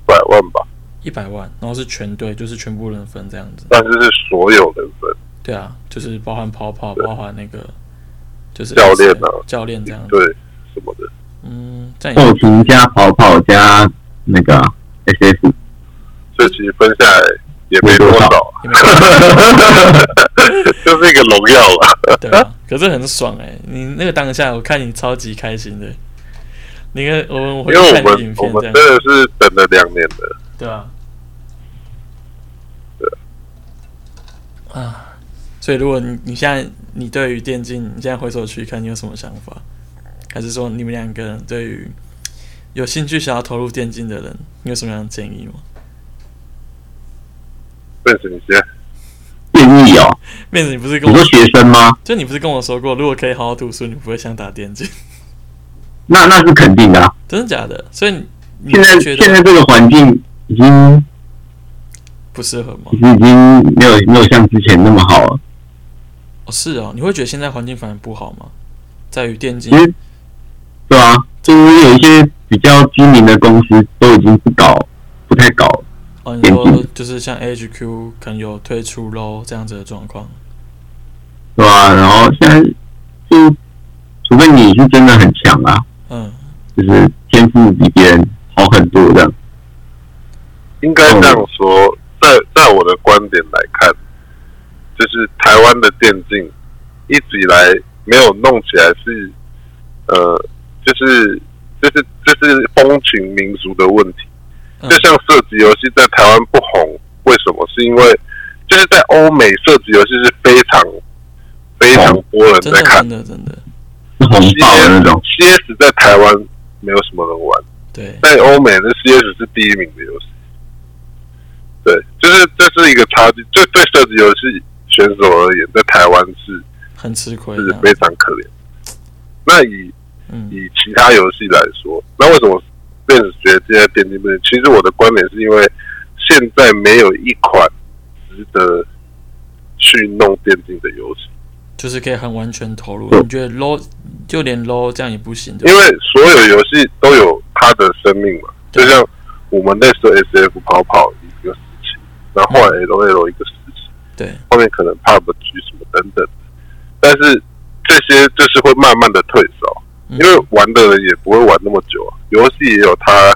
[SPEAKER 2] 百万吧，
[SPEAKER 1] 一百万，然后是全队，就是全部人分这样子。
[SPEAKER 2] 但是是所有人分，
[SPEAKER 1] 对啊，就是包含跑跑，
[SPEAKER 2] 对
[SPEAKER 1] 包含那个就是
[SPEAKER 2] 教练啊
[SPEAKER 1] 教练这样子。
[SPEAKER 2] 对什么的，
[SPEAKER 1] 嗯，这样
[SPEAKER 3] 后
[SPEAKER 1] 也
[SPEAKER 3] 勤加跑跑加那个 SF，
[SPEAKER 2] 所以其实分下来也没多
[SPEAKER 1] *laughs*
[SPEAKER 2] 少，
[SPEAKER 1] 也没有
[SPEAKER 2] 就是一个荣耀了。
[SPEAKER 1] 对啊，可是很爽哎、你那个当下，我看你超级开心的。你看我们我
[SPEAKER 2] 因
[SPEAKER 1] 会
[SPEAKER 2] 为
[SPEAKER 1] 看
[SPEAKER 2] 我
[SPEAKER 1] 你影
[SPEAKER 2] 们我们真
[SPEAKER 1] 片这样，
[SPEAKER 2] 的是等了两年的，
[SPEAKER 1] 对啊，
[SPEAKER 2] 对
[SPEAKER 1] 啊，所以如果你你现在你对于电竞，你现在回首去看，你有什么想法？还是说你们两个人对于有兴趣想要投入电竞的人，你有什么样的建议吗？
[SPEAKER 2] 认识你先，
[SPEAKER 3] 建议哦，
[SPEAKER 1] 妹子，你不是跟
[SPEAKER 3] 你
[SPEAKER 1] 我
[SPEAKER 3] 说学生吗？
[SPEAKER 1] 就你不是跟我说过，如果可以好好读书，你不会想打电竞，
[SPEAKER 3] 那那是肯定的、啊。
[SPEAKER 1] 真的假的？所以你你
[SPEAKER 3] 现在
[SPEAKER 1] 嗯是觉
[SPEAKER 3] 现
[SPEAKER 1] 得
[SPEAKER 3] 在这个环境已经
[SPEAKER 1] 不适合吗
[SPEAKER 3] 已？经已经没有没有像之前那么好了。
[SPEAKER 1] 哦，是哦，你会觉得现在环境反而不好吗？在于电竞
[SPEAKER 3] 其，实，对啊，就是有一些比较知名的公司都已经不搞，不太搞了。
[SPEAKER 1] 哦，你
[SPEAKER 3] 电
[SPEAKER 1] 说
[SPEAKER 3] 竞
[SPEAKER 1] 就是像 HQ 可能有退出 LO 这样子的状况，
[SPEAKER 3] 对吧、然后现在就，除非你是真的很强啊，
[SPEAKER 1] 嗯，
[SPEAKER 3] 就是天赋比别人好很多这样。
[SPEAKER 2] 应该这样说，在在我的观点来看，就是台湾的电竞一直以来没有弄起来是，呃，就是就是就是风情民俗的问题。就
[SPEAKER 1] 嗯
[SPEAKER 2] 像射击游戏在台湾不红，为什么？是因为就是在欧美射击游戏是非常非常多人
[SPEAKER 1] 真
[SPEAKER 2] 在
[SPEAKER 1] 的
[SPEAKER 2] 看
[SPEAKER 1] 真的真的，
[SPEAKER 3] 是红爆的那种，
[SPEAKER 2] ，CS 在台湾没有什么人玩，
[SPEAKER 1] 对，
[SPEAKER 2] 在欧美的 CS 是第一名的游戏。对，就是这是一个差距，就对射击游戏选手而言，在台湾是
[SPEAKER 1] 很吃亏
[SPEAKER 2] 是
[SPEAKER 1] 这样
[SPEAKER 2] 非常可怜。那以
[SPEAKER 1] 嗯
[SPEAKER 2] 以其他游戏来说，那为什么电子学现在电竞不行？其实我的观点是因为现在没有一款值得去弄电竞的游戏，
[SPEAKER 1] 就是可以很完全投入。
[SPEAKER 3] 嗯
[SPEAKER 1] 你觉得 low 就连 low 这样也不行，对
[SPEAKER 2] 因
[SPEAKER 1] 吧
[SPEAKER 2] 为所有游戏都有它的生命嘛。就
[SPEAKER 1] 对啊
[SPEAKER 2] 像我们那时候 SF 跑跑一个时期，然后后来 LOL 一个时期，
[SPEAKER 1] 嗯对，
[SPEAKER 2] 后面可能 PUBG 什么等等，但是这些就是会慢慢的退烧。
[SPEAKER 1] 因
[SPEAKER 2] 因为玩的人也不会玩那么久啊，游戏也有它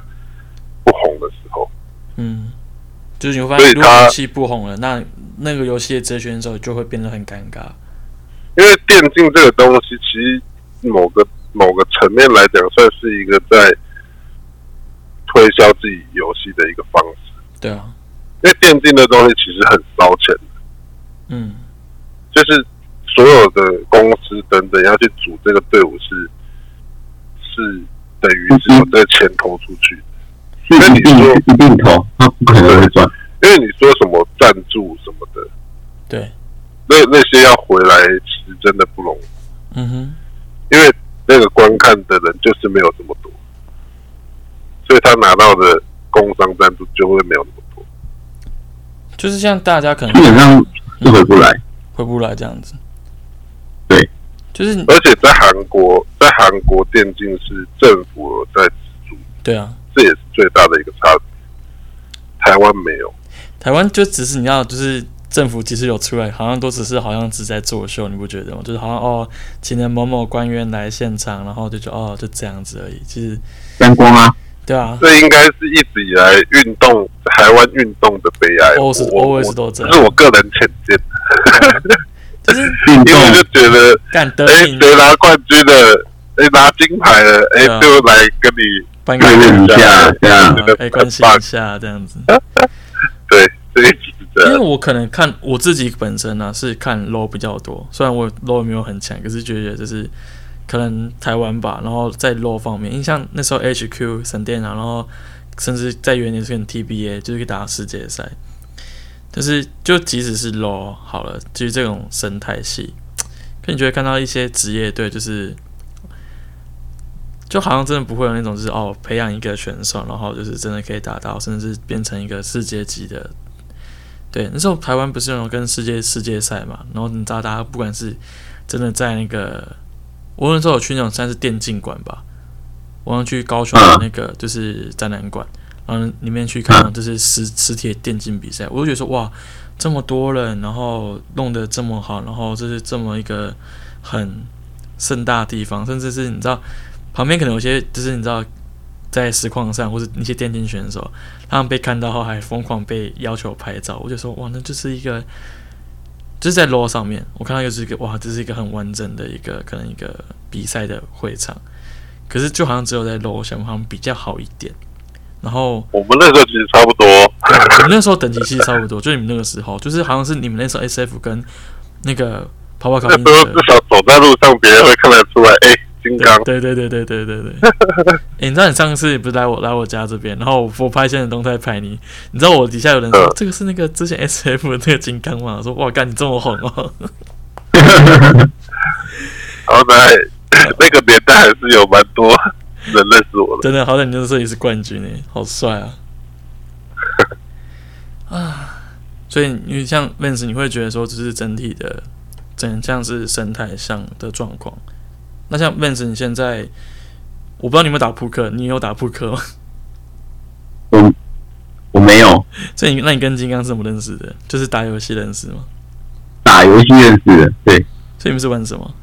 [SPEAKER 2] 不红的时候。
[SPEAKER 1] 嗯，就是你会发
[SPEAKER 2] 所
[SPEAKER 1] 现，
[SPEAKER 2] 以
[SPEAKER 1] 如果
[SPEAKER 2] 他
[SPEAKER 1] 游戏不红了，那那个游戏的哲选手就会变得很尴尬。
[SPEAKER 2] 因为电竞这个东西，其实某个某个层面来讲，算是一个在推销自己游戏的一个方式。
[SPEAKER 1] 对啊，
[SPEAKER 2] 因为电竞的东西其实很烧钱，
[SPEAKER 1] 嗯，
[SPEAKER 2] 就是所有的公司等等要去组这个队伍是是等于是有这个钱投出去的
[SPEAKER 3] 是一定一定投，他不可能会赚。
[SPEAKER 2] 因为你说什么赞助什么的，
[SPEAKER 1] 对，
[SPEAKER 2] 那那些要回来其实真的不容易。
[SPEAKER 1] 嗯哼，
[SPEAKER 2] 因为那个观看的人就是没有这么多，所以他拿到的工商赞助就会没有那么多。
[SPEAKER 1] 就是像大家可
[SPEAKER 3] 基
[SPEAKER 1] 能
[SPEAKER 3] 本上是回不来。
[SPEAKER 1] 回不来这样子。
[SPEAKER 3] 对，
[SPEAKER 1] 就是你
[SPEAKER 2] 而且在韩国，在韩国电竞是政府有在资助，
[SPEAKER 1] 对啊，
[SPEAKER 2] 这也是最大的一个差别。台湾没有，
[SPEAKER 1] 台湾就只是你要就是。政府其实有出来，好像都只是好像只在作秀，你不觉得吗？就是好像哦，请了某某官员来现场，然后就觉得哦就这样子而已。其实
[SPEAKER 3] 沾光啊，
[SPEAKER 1] 对啊，
[SPEAKER 2] 这应该是一直以来运动台湾运动的悲哀。
[SPEAKER 1] Always-
[SPEAKER 2] 我我
[SPEAKER 1] always 都这样
[SPEAKER 2] 这是我个人浅见，
[SPEAKER 1] 就是
[SPEAKER 3] 运
[SPEAKER 2] 因
[SPEAKER 3] 动
[SPEAKER 2] 为就觉得，
[SPEAKER 1] 干得
[SPEAKER 2] 哎、
[SPEAKER 1] 赢
[SPEAKER 2] 谁拿冠军了，哎、拿金牌了，哎、
[SPEAKER 1] 对啊
[SPEAKER 2] 就来跟你
[SPEAKER 1] 办
[SPEAKER 3] 对
[SPEAKER 1] 个
[SPEAKER 3] 问一下，这样
[SPEAKER 1] 啊哎关心一下这样子。 *laughs*
[SPEAKER 2] 对，啊这一直是这
[SPEAKER 1] 因
[SPEAKER 2] 样
[SPEAKER 1] 为。我可能看我自己本身呢、是看 low 比较多，虽然我 low 没有很强，可是觉得就是可能台湾吧，然后在 low 方面，因为像那时候 HQ 闪电啊，然后甚至再远一点是跟 TBA，就是可以打世界赛，但是就即使是 low 好了，就是这种生态系，可你就会看到一些职业队就是。就好像真的不会有那种，就是哦，培养一个选手，然后就是真的可以打到，甚至是变成一个世界级的对，那时候台湾不是有跟世界世界赛嘛，然后你知道大家不管是真的在那个，我那时候有去那种算是电竞馆吧，我好像去高雄的那个就是展览馆，然后里面去看就是实实体的电竞比赛，我就觉得说哇，这么多人，然后弄得这么好，然后这是这么一个很盛大的地方，甚至是你知道旁边可能有些就是你知道在实况上或者一些电竞选手，他们被看到后还疯狂被要求拍照，我就说哇，那就是一个，就是在 LO 上面，我看到又是一个哇，这是一个很完整的一个可能一个比赛的会场，可是就好像只有在 LO 项目好像比较好一点，然后
[SPEAKER 2] 我们那时候其实差不多，
[SPEAKER 1] 你们那时候等级其实差不多，就你们那个时候，就是好像是你们那时候 SF 跟那个跑跑考
[SPEAKER 2] 那
[SPEAKER 1] 英
[SPEAKER 2] 时候
[SPEAKER 1] 者
[SPEAKER 2] 至少走在路上，别人会看得出来，哎、金刚，
[SPEAKER 1] 对对对对对对对对。欸你知道你上次不是来我来我家这边，然后我我拍现在动态拍你，你知道我底下有人说
[SPEAKER 2] 嗯
[SPEAKER 1] 这个是那个之前 S F 的那个金刚吗？我说哇，干你这么红哦， *laughs*
[SPEAKER 2] 然后呢，那个年代还是有蛮多人认识我的。
[SPEAKER 1] 真的，好歹你那时候也是冠军哎，好帅啊！啊，所以你像 Vance，你会觉得说这是整体的，整像是生态上的状况。那像 Vance，你现在我不知道你有没有打扑克，你有打扑克吗？
[SPEAKER 3] *laughs*
[SPEAKER 1] *laughs*
[SPEAKER 3] 我我没有
[SPEAKER 1] 所以你那你跟金刚是怎么认识的？就是打游戏认识吗？
[SPEAKER 3] 打游戏认识的，对， *laughs*
[SPEAKER 1] 所以你们是玩什么？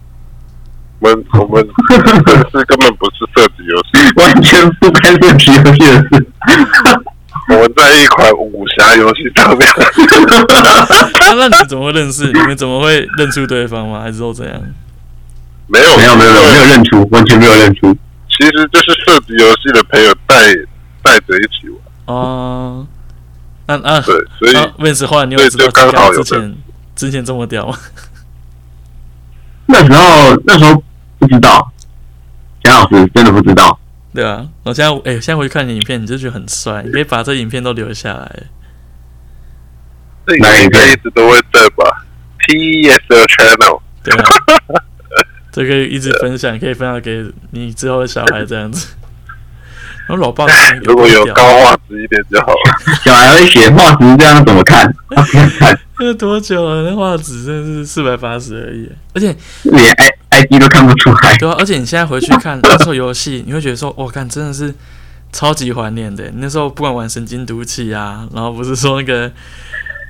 [SPEAKER 1] *laughs*
[SPEAKER 2] 我们我们是根本不是射击游戏，
[SPEAKER 3] 完全不干涉体游戏的事。
[SPEAKER 2] 我们在一款武侠游戏上面。
[SPEAKER 1] 那那你怎么会认识？你们怎么会认出对方吗？还是说怎样？
[SPEAKER 2] 没有
[SPEAKER 3] *laughs* 没有没有没有没有，认出，完全没有认出。
[SPEAKER 2] 其实就是射击游戏的朋友带带着一起玩。
[SPEAKER 1] 哦、那那那
[SPEAKER 2] 对，所以、
[SPEAKER 1] 那
[SPEAKER 3] 啊
[SPEAKER 1] Vince 后来你有
[SPEAKER 2] 对
[SPEAKER 1] 知道
[SPEAKER 2] 就刚
[SPEAKER 1] 金刚
[SPEAKER 2] 好
[SPEAKER 1] 之
[SPEAKER 2] 有
[SPEAKER 1] 前之前这么屌吗？ *laughs*
[SPEAKER 3] 那时候那时候不知道，蒋老师真的不知道。 *laughs*
[SPEAKER 1] 对啊，我现在哎、现在回去看你影片，你就觉得很帅，你可以把这影片都留下来。
[SPEAKER 2] 这个应该一直都会在吧？PES
[SPEAKER 3] *laughs*
[SPEAKER 2] channel，
[SPEAKER 1] 对啊，这个一直分享，可以分享给你之后的小孩这样子。然后老爸可能也
[SPEAKER 2] *laughs* 如果有
[SPEAKER 1] 不屌
[SPEAKER 2] 高画质一点就好了。
[SPEAKER 3] 小孩会写化石这样怎么看？ *laughs* 他不看，
[SPEAKER 1] 那多久了？那画质真的是四百八十而已。而且
[SPEAKER 3] 连 I I G 都看不出来。
[SPEAKER 1] *laughs* 对啊，而且你现在回去
[SPEAKER 3] *laughs*
[SPEAKER 1] 看那时候游戏，你会觉得说，我看真的是超级怀念的。你那时候不管玩神经毒气啊，然后不是说那个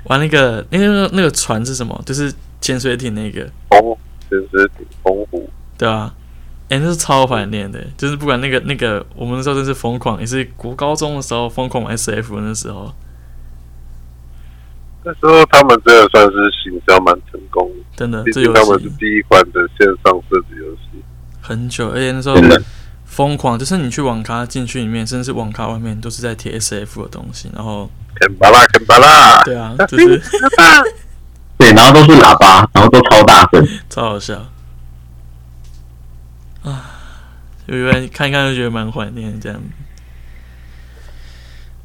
[SPEAKER 1] 玩那个那个那个船是什么，就是潜水艇那个，
[SPEAKER 2] 红其实挺红湖，
[SPEAKER 1] 对啊，哎、那是超怀念的，就是不管那个那个，我们那时候真是疯狂，也是国高中的时候疯狂玩 SF 那时候，
[SPEAKER 2] 那时候他们真的算是行销蛮成功的。
[SPEAKER 1] 真
[SPEAKER 3] 啊
[SPEAKER 1] 的
[SPEAKER 2] 毕
[SPEAKER 1] 这
[SPEAKER 2] 竟
[SPEAKER 1] 游
[SPEAKER 2] 他们是
[SPEAKER 1] 戏
[SPEAKER 2] 第一款的线上设计游戏。
[SPEAKER 1] 很久，而且那时候
[SPEAKER 3] 真的
[SPEAKER 1] 疯狂，就是你去网咖进去里面，甚至是网咖外面都是在贴 SF 的东西，然后
[SPEAKER 2] 肯巴拉，肯巴拉，
[SPEAKER 1] 对啊，就是
[SPEAKER 3] 对，然后都是喇叭，然后都超大声。
[SPEAKER 1] 超好笑啊，有人看一看就觉得蛮怀念这样，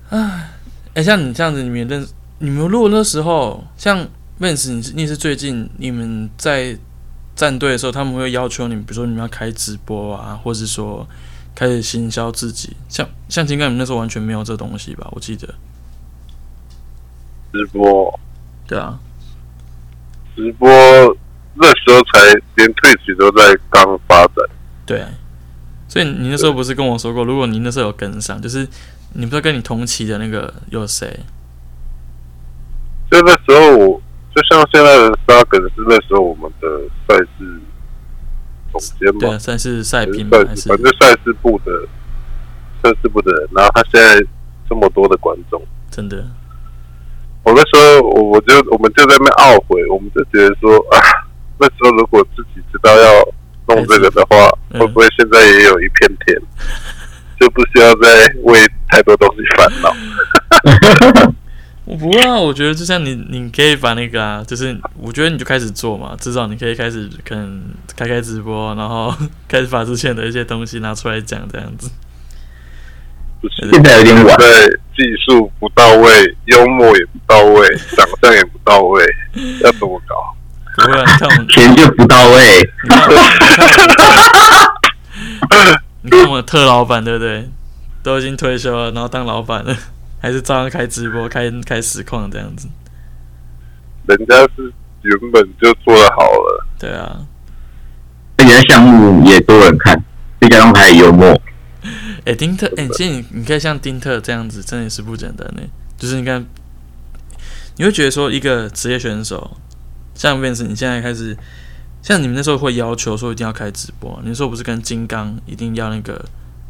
[SPEAKER 1] 哎、像你这样子，你们也认识你们录那时候，像 Vance，你是你是最近你们在战队的时候，他们会要求你们，比如说你们要开直播啊，或是说开始行销自己。像像金刚，你们那时候完全没有这东西吧？我记得。
[SPEAKER 2] 直播，
[SPEAKER 1] 对啊，
[SPEAKER 2] 直播那时候才连退取都在刚发展，
[SPEAKER 1] 对啊。所以你那时候不是跟我说过，如果你那时候有跟上，就是你不是跟你同期的那个有谁？
[SPEAKER 2] 就那时候我就像现在的沙梗是那时候我们的赛事总监
[SPEAKER 1] 对
[SPEAKER 2] 嘛
[SPEAKER 1] 啊，，算是赛
[SPEAKER 2] 还
[SPEAKER 1] 评
[SPEAKER 2] 是
[SPEAKER 1] 吗？还
[SPEAKER 2] 赛
[SPEAKER 1] 是
[SPEAKER 2] 事，反正赛事部的赛事部的人，然后他现在这么多的观众。
[SPEAKER 1] 真的？
[SPEAKER 2] 我那时候我我就我们就在那边懊悔，我们就觉得说啊，那时候如果自己知道要弄这个的话，
[SPEAKER 1] 嗯
[SPEAKER 2] 会不会现在也有一片天，就不需要再为太多东西烦恼？
[SPEAKER 1] 我不会啊，我觉得就像你，你可以把那个啊，就是我觉得你就开始做嘛，至少你可以开始可能开开直播，然后 *laughs* 开始把之前的一些东西拿出来讲，
[SPEAKER 2] *laughs*
[SPEAKER 1] 这样子。
[SPEAKER 2] 不是
[SPEAKER 3] *laughs* 现在有点晚，
[SPEAKER 2] 对技术不到位，幽默也不到位，长相也不到位，要怎么搞？ *coughs*
[SPEAKER 1] 不会啊，你看我们，
[SPEAKER 3] *laughs* 钱就不到位。
[SPEAKER 1] 你看我们，你看我们你看我们的特老板对不对？都已经退休了，然后当老板了，还是照样开直播、开开实况这样子。
[SPEAKER 2] 人家是原本就做的好了，
[SPEAKER 1] 对啊，
[SPEAKER 3] 而且项目也多人看，再加上他也幽默，
[SPEAKER 1] 哎、丁特，哎、其实你你可以像丁特这样子，真的也是不简单的。就是你看，你会觉得说，一个职业选手，像 Vince，你现在开始，像你们那时候会要求说一定要开直播，你说不是跟金刚一定要那个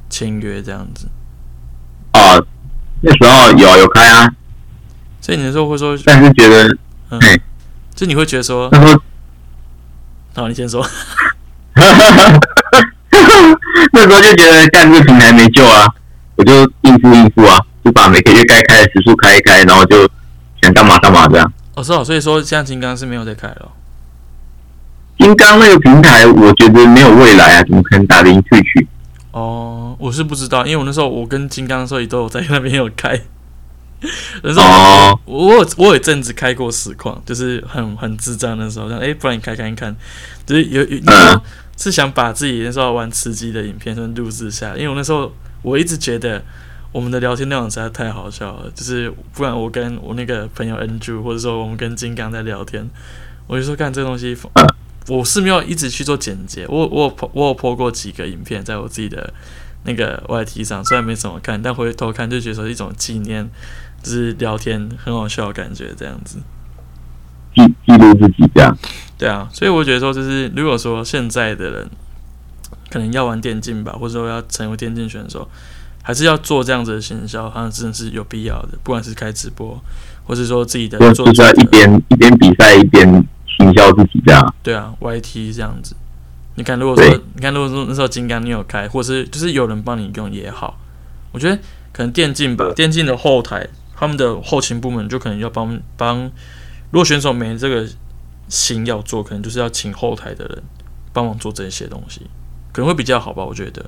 [SPEAKER 1] 签约这样子，
[SPEAKER 3] 啊，那时候有有开啊，
[SPEAKER 1] 所以你那时候会说，
[SPEAKER 3] 但是觉得 *laughs*
[SPEAKER 1] 嗯
[SPEAKER 3] 对，嗯
[SPEAKER 1] 就你会觉得说，
[SPEAKER 3] 那时候
[SPEAKER 1] 好，你先说， *laughs*
[SPEAKER 3] 那时候就觉得干这个平台没救啊，我就应付应付啊，就把每个月该开的时数开一开，然后就想干嘛干嘛这样。
[SPEAKER 1] 哦，是哦，所以说像金刚是没有在开了，哦
[SPEAKER 3] 金刚那个平台，我觉得没有未来啊，怎么可能打得赢退去？
[SPEAKER 1] 哦，我是不知道，因为我那时候我跟金刚的时候也都有在那边有开，那时候
[SPEAKER 3] 哦，
[SPEAKER 1] 我有我有一阵子开过实况，就是很很智障的时候，像哎、诶不然你开看一看，就是有有那时候是想把自己那时候玩吃鸡的影片先录制下来，因为我那时候我一直觉得我们的聊天内容实在太好笑了，就是不然我跟我那个朋友 N G 或者说我们跟金刚在聊天，我就说干这东西，我是没有一直去做剪辑，我我有 po- 我有 po 过几个影片在我自己的那个 YT 上，虽然没怎么看，但回头看就觉得说一种纪念。就是聊天很好笑的感觉这样子。
[SPEAKER 3] 记记录自己这样。
[SPEAKER 1] 对啊，所以我觉得说，就是如果说现在的人可能要玩电竞吧，或者说要成为电竞选手，还是要做这样子的行销，好像真的是有必要的。不管是开直播，或是说自己的
[SPEAKER 3] 就
[SPEAKER 1] 做
[SPEAKER 3] 就是要一边一边比赛一边行销自己这样。
[SPEAKER 1] 对啊 YT 这样子。你看，如果说
[SPEAKER 3] 对
[SPEAKER 1] 你看，如果说那时候金刚你有开，或是就是有人帮你用也好，我觉得可能电竞吧，
[SPEAKER 2] 对
[SPEAKER 1] 电竞的后台他们的后勤部门就可能要帮帮，如果选手没这个心要做，可能就是要请后台的人帮忙做这些东西，可能会比较好吧，我觉得。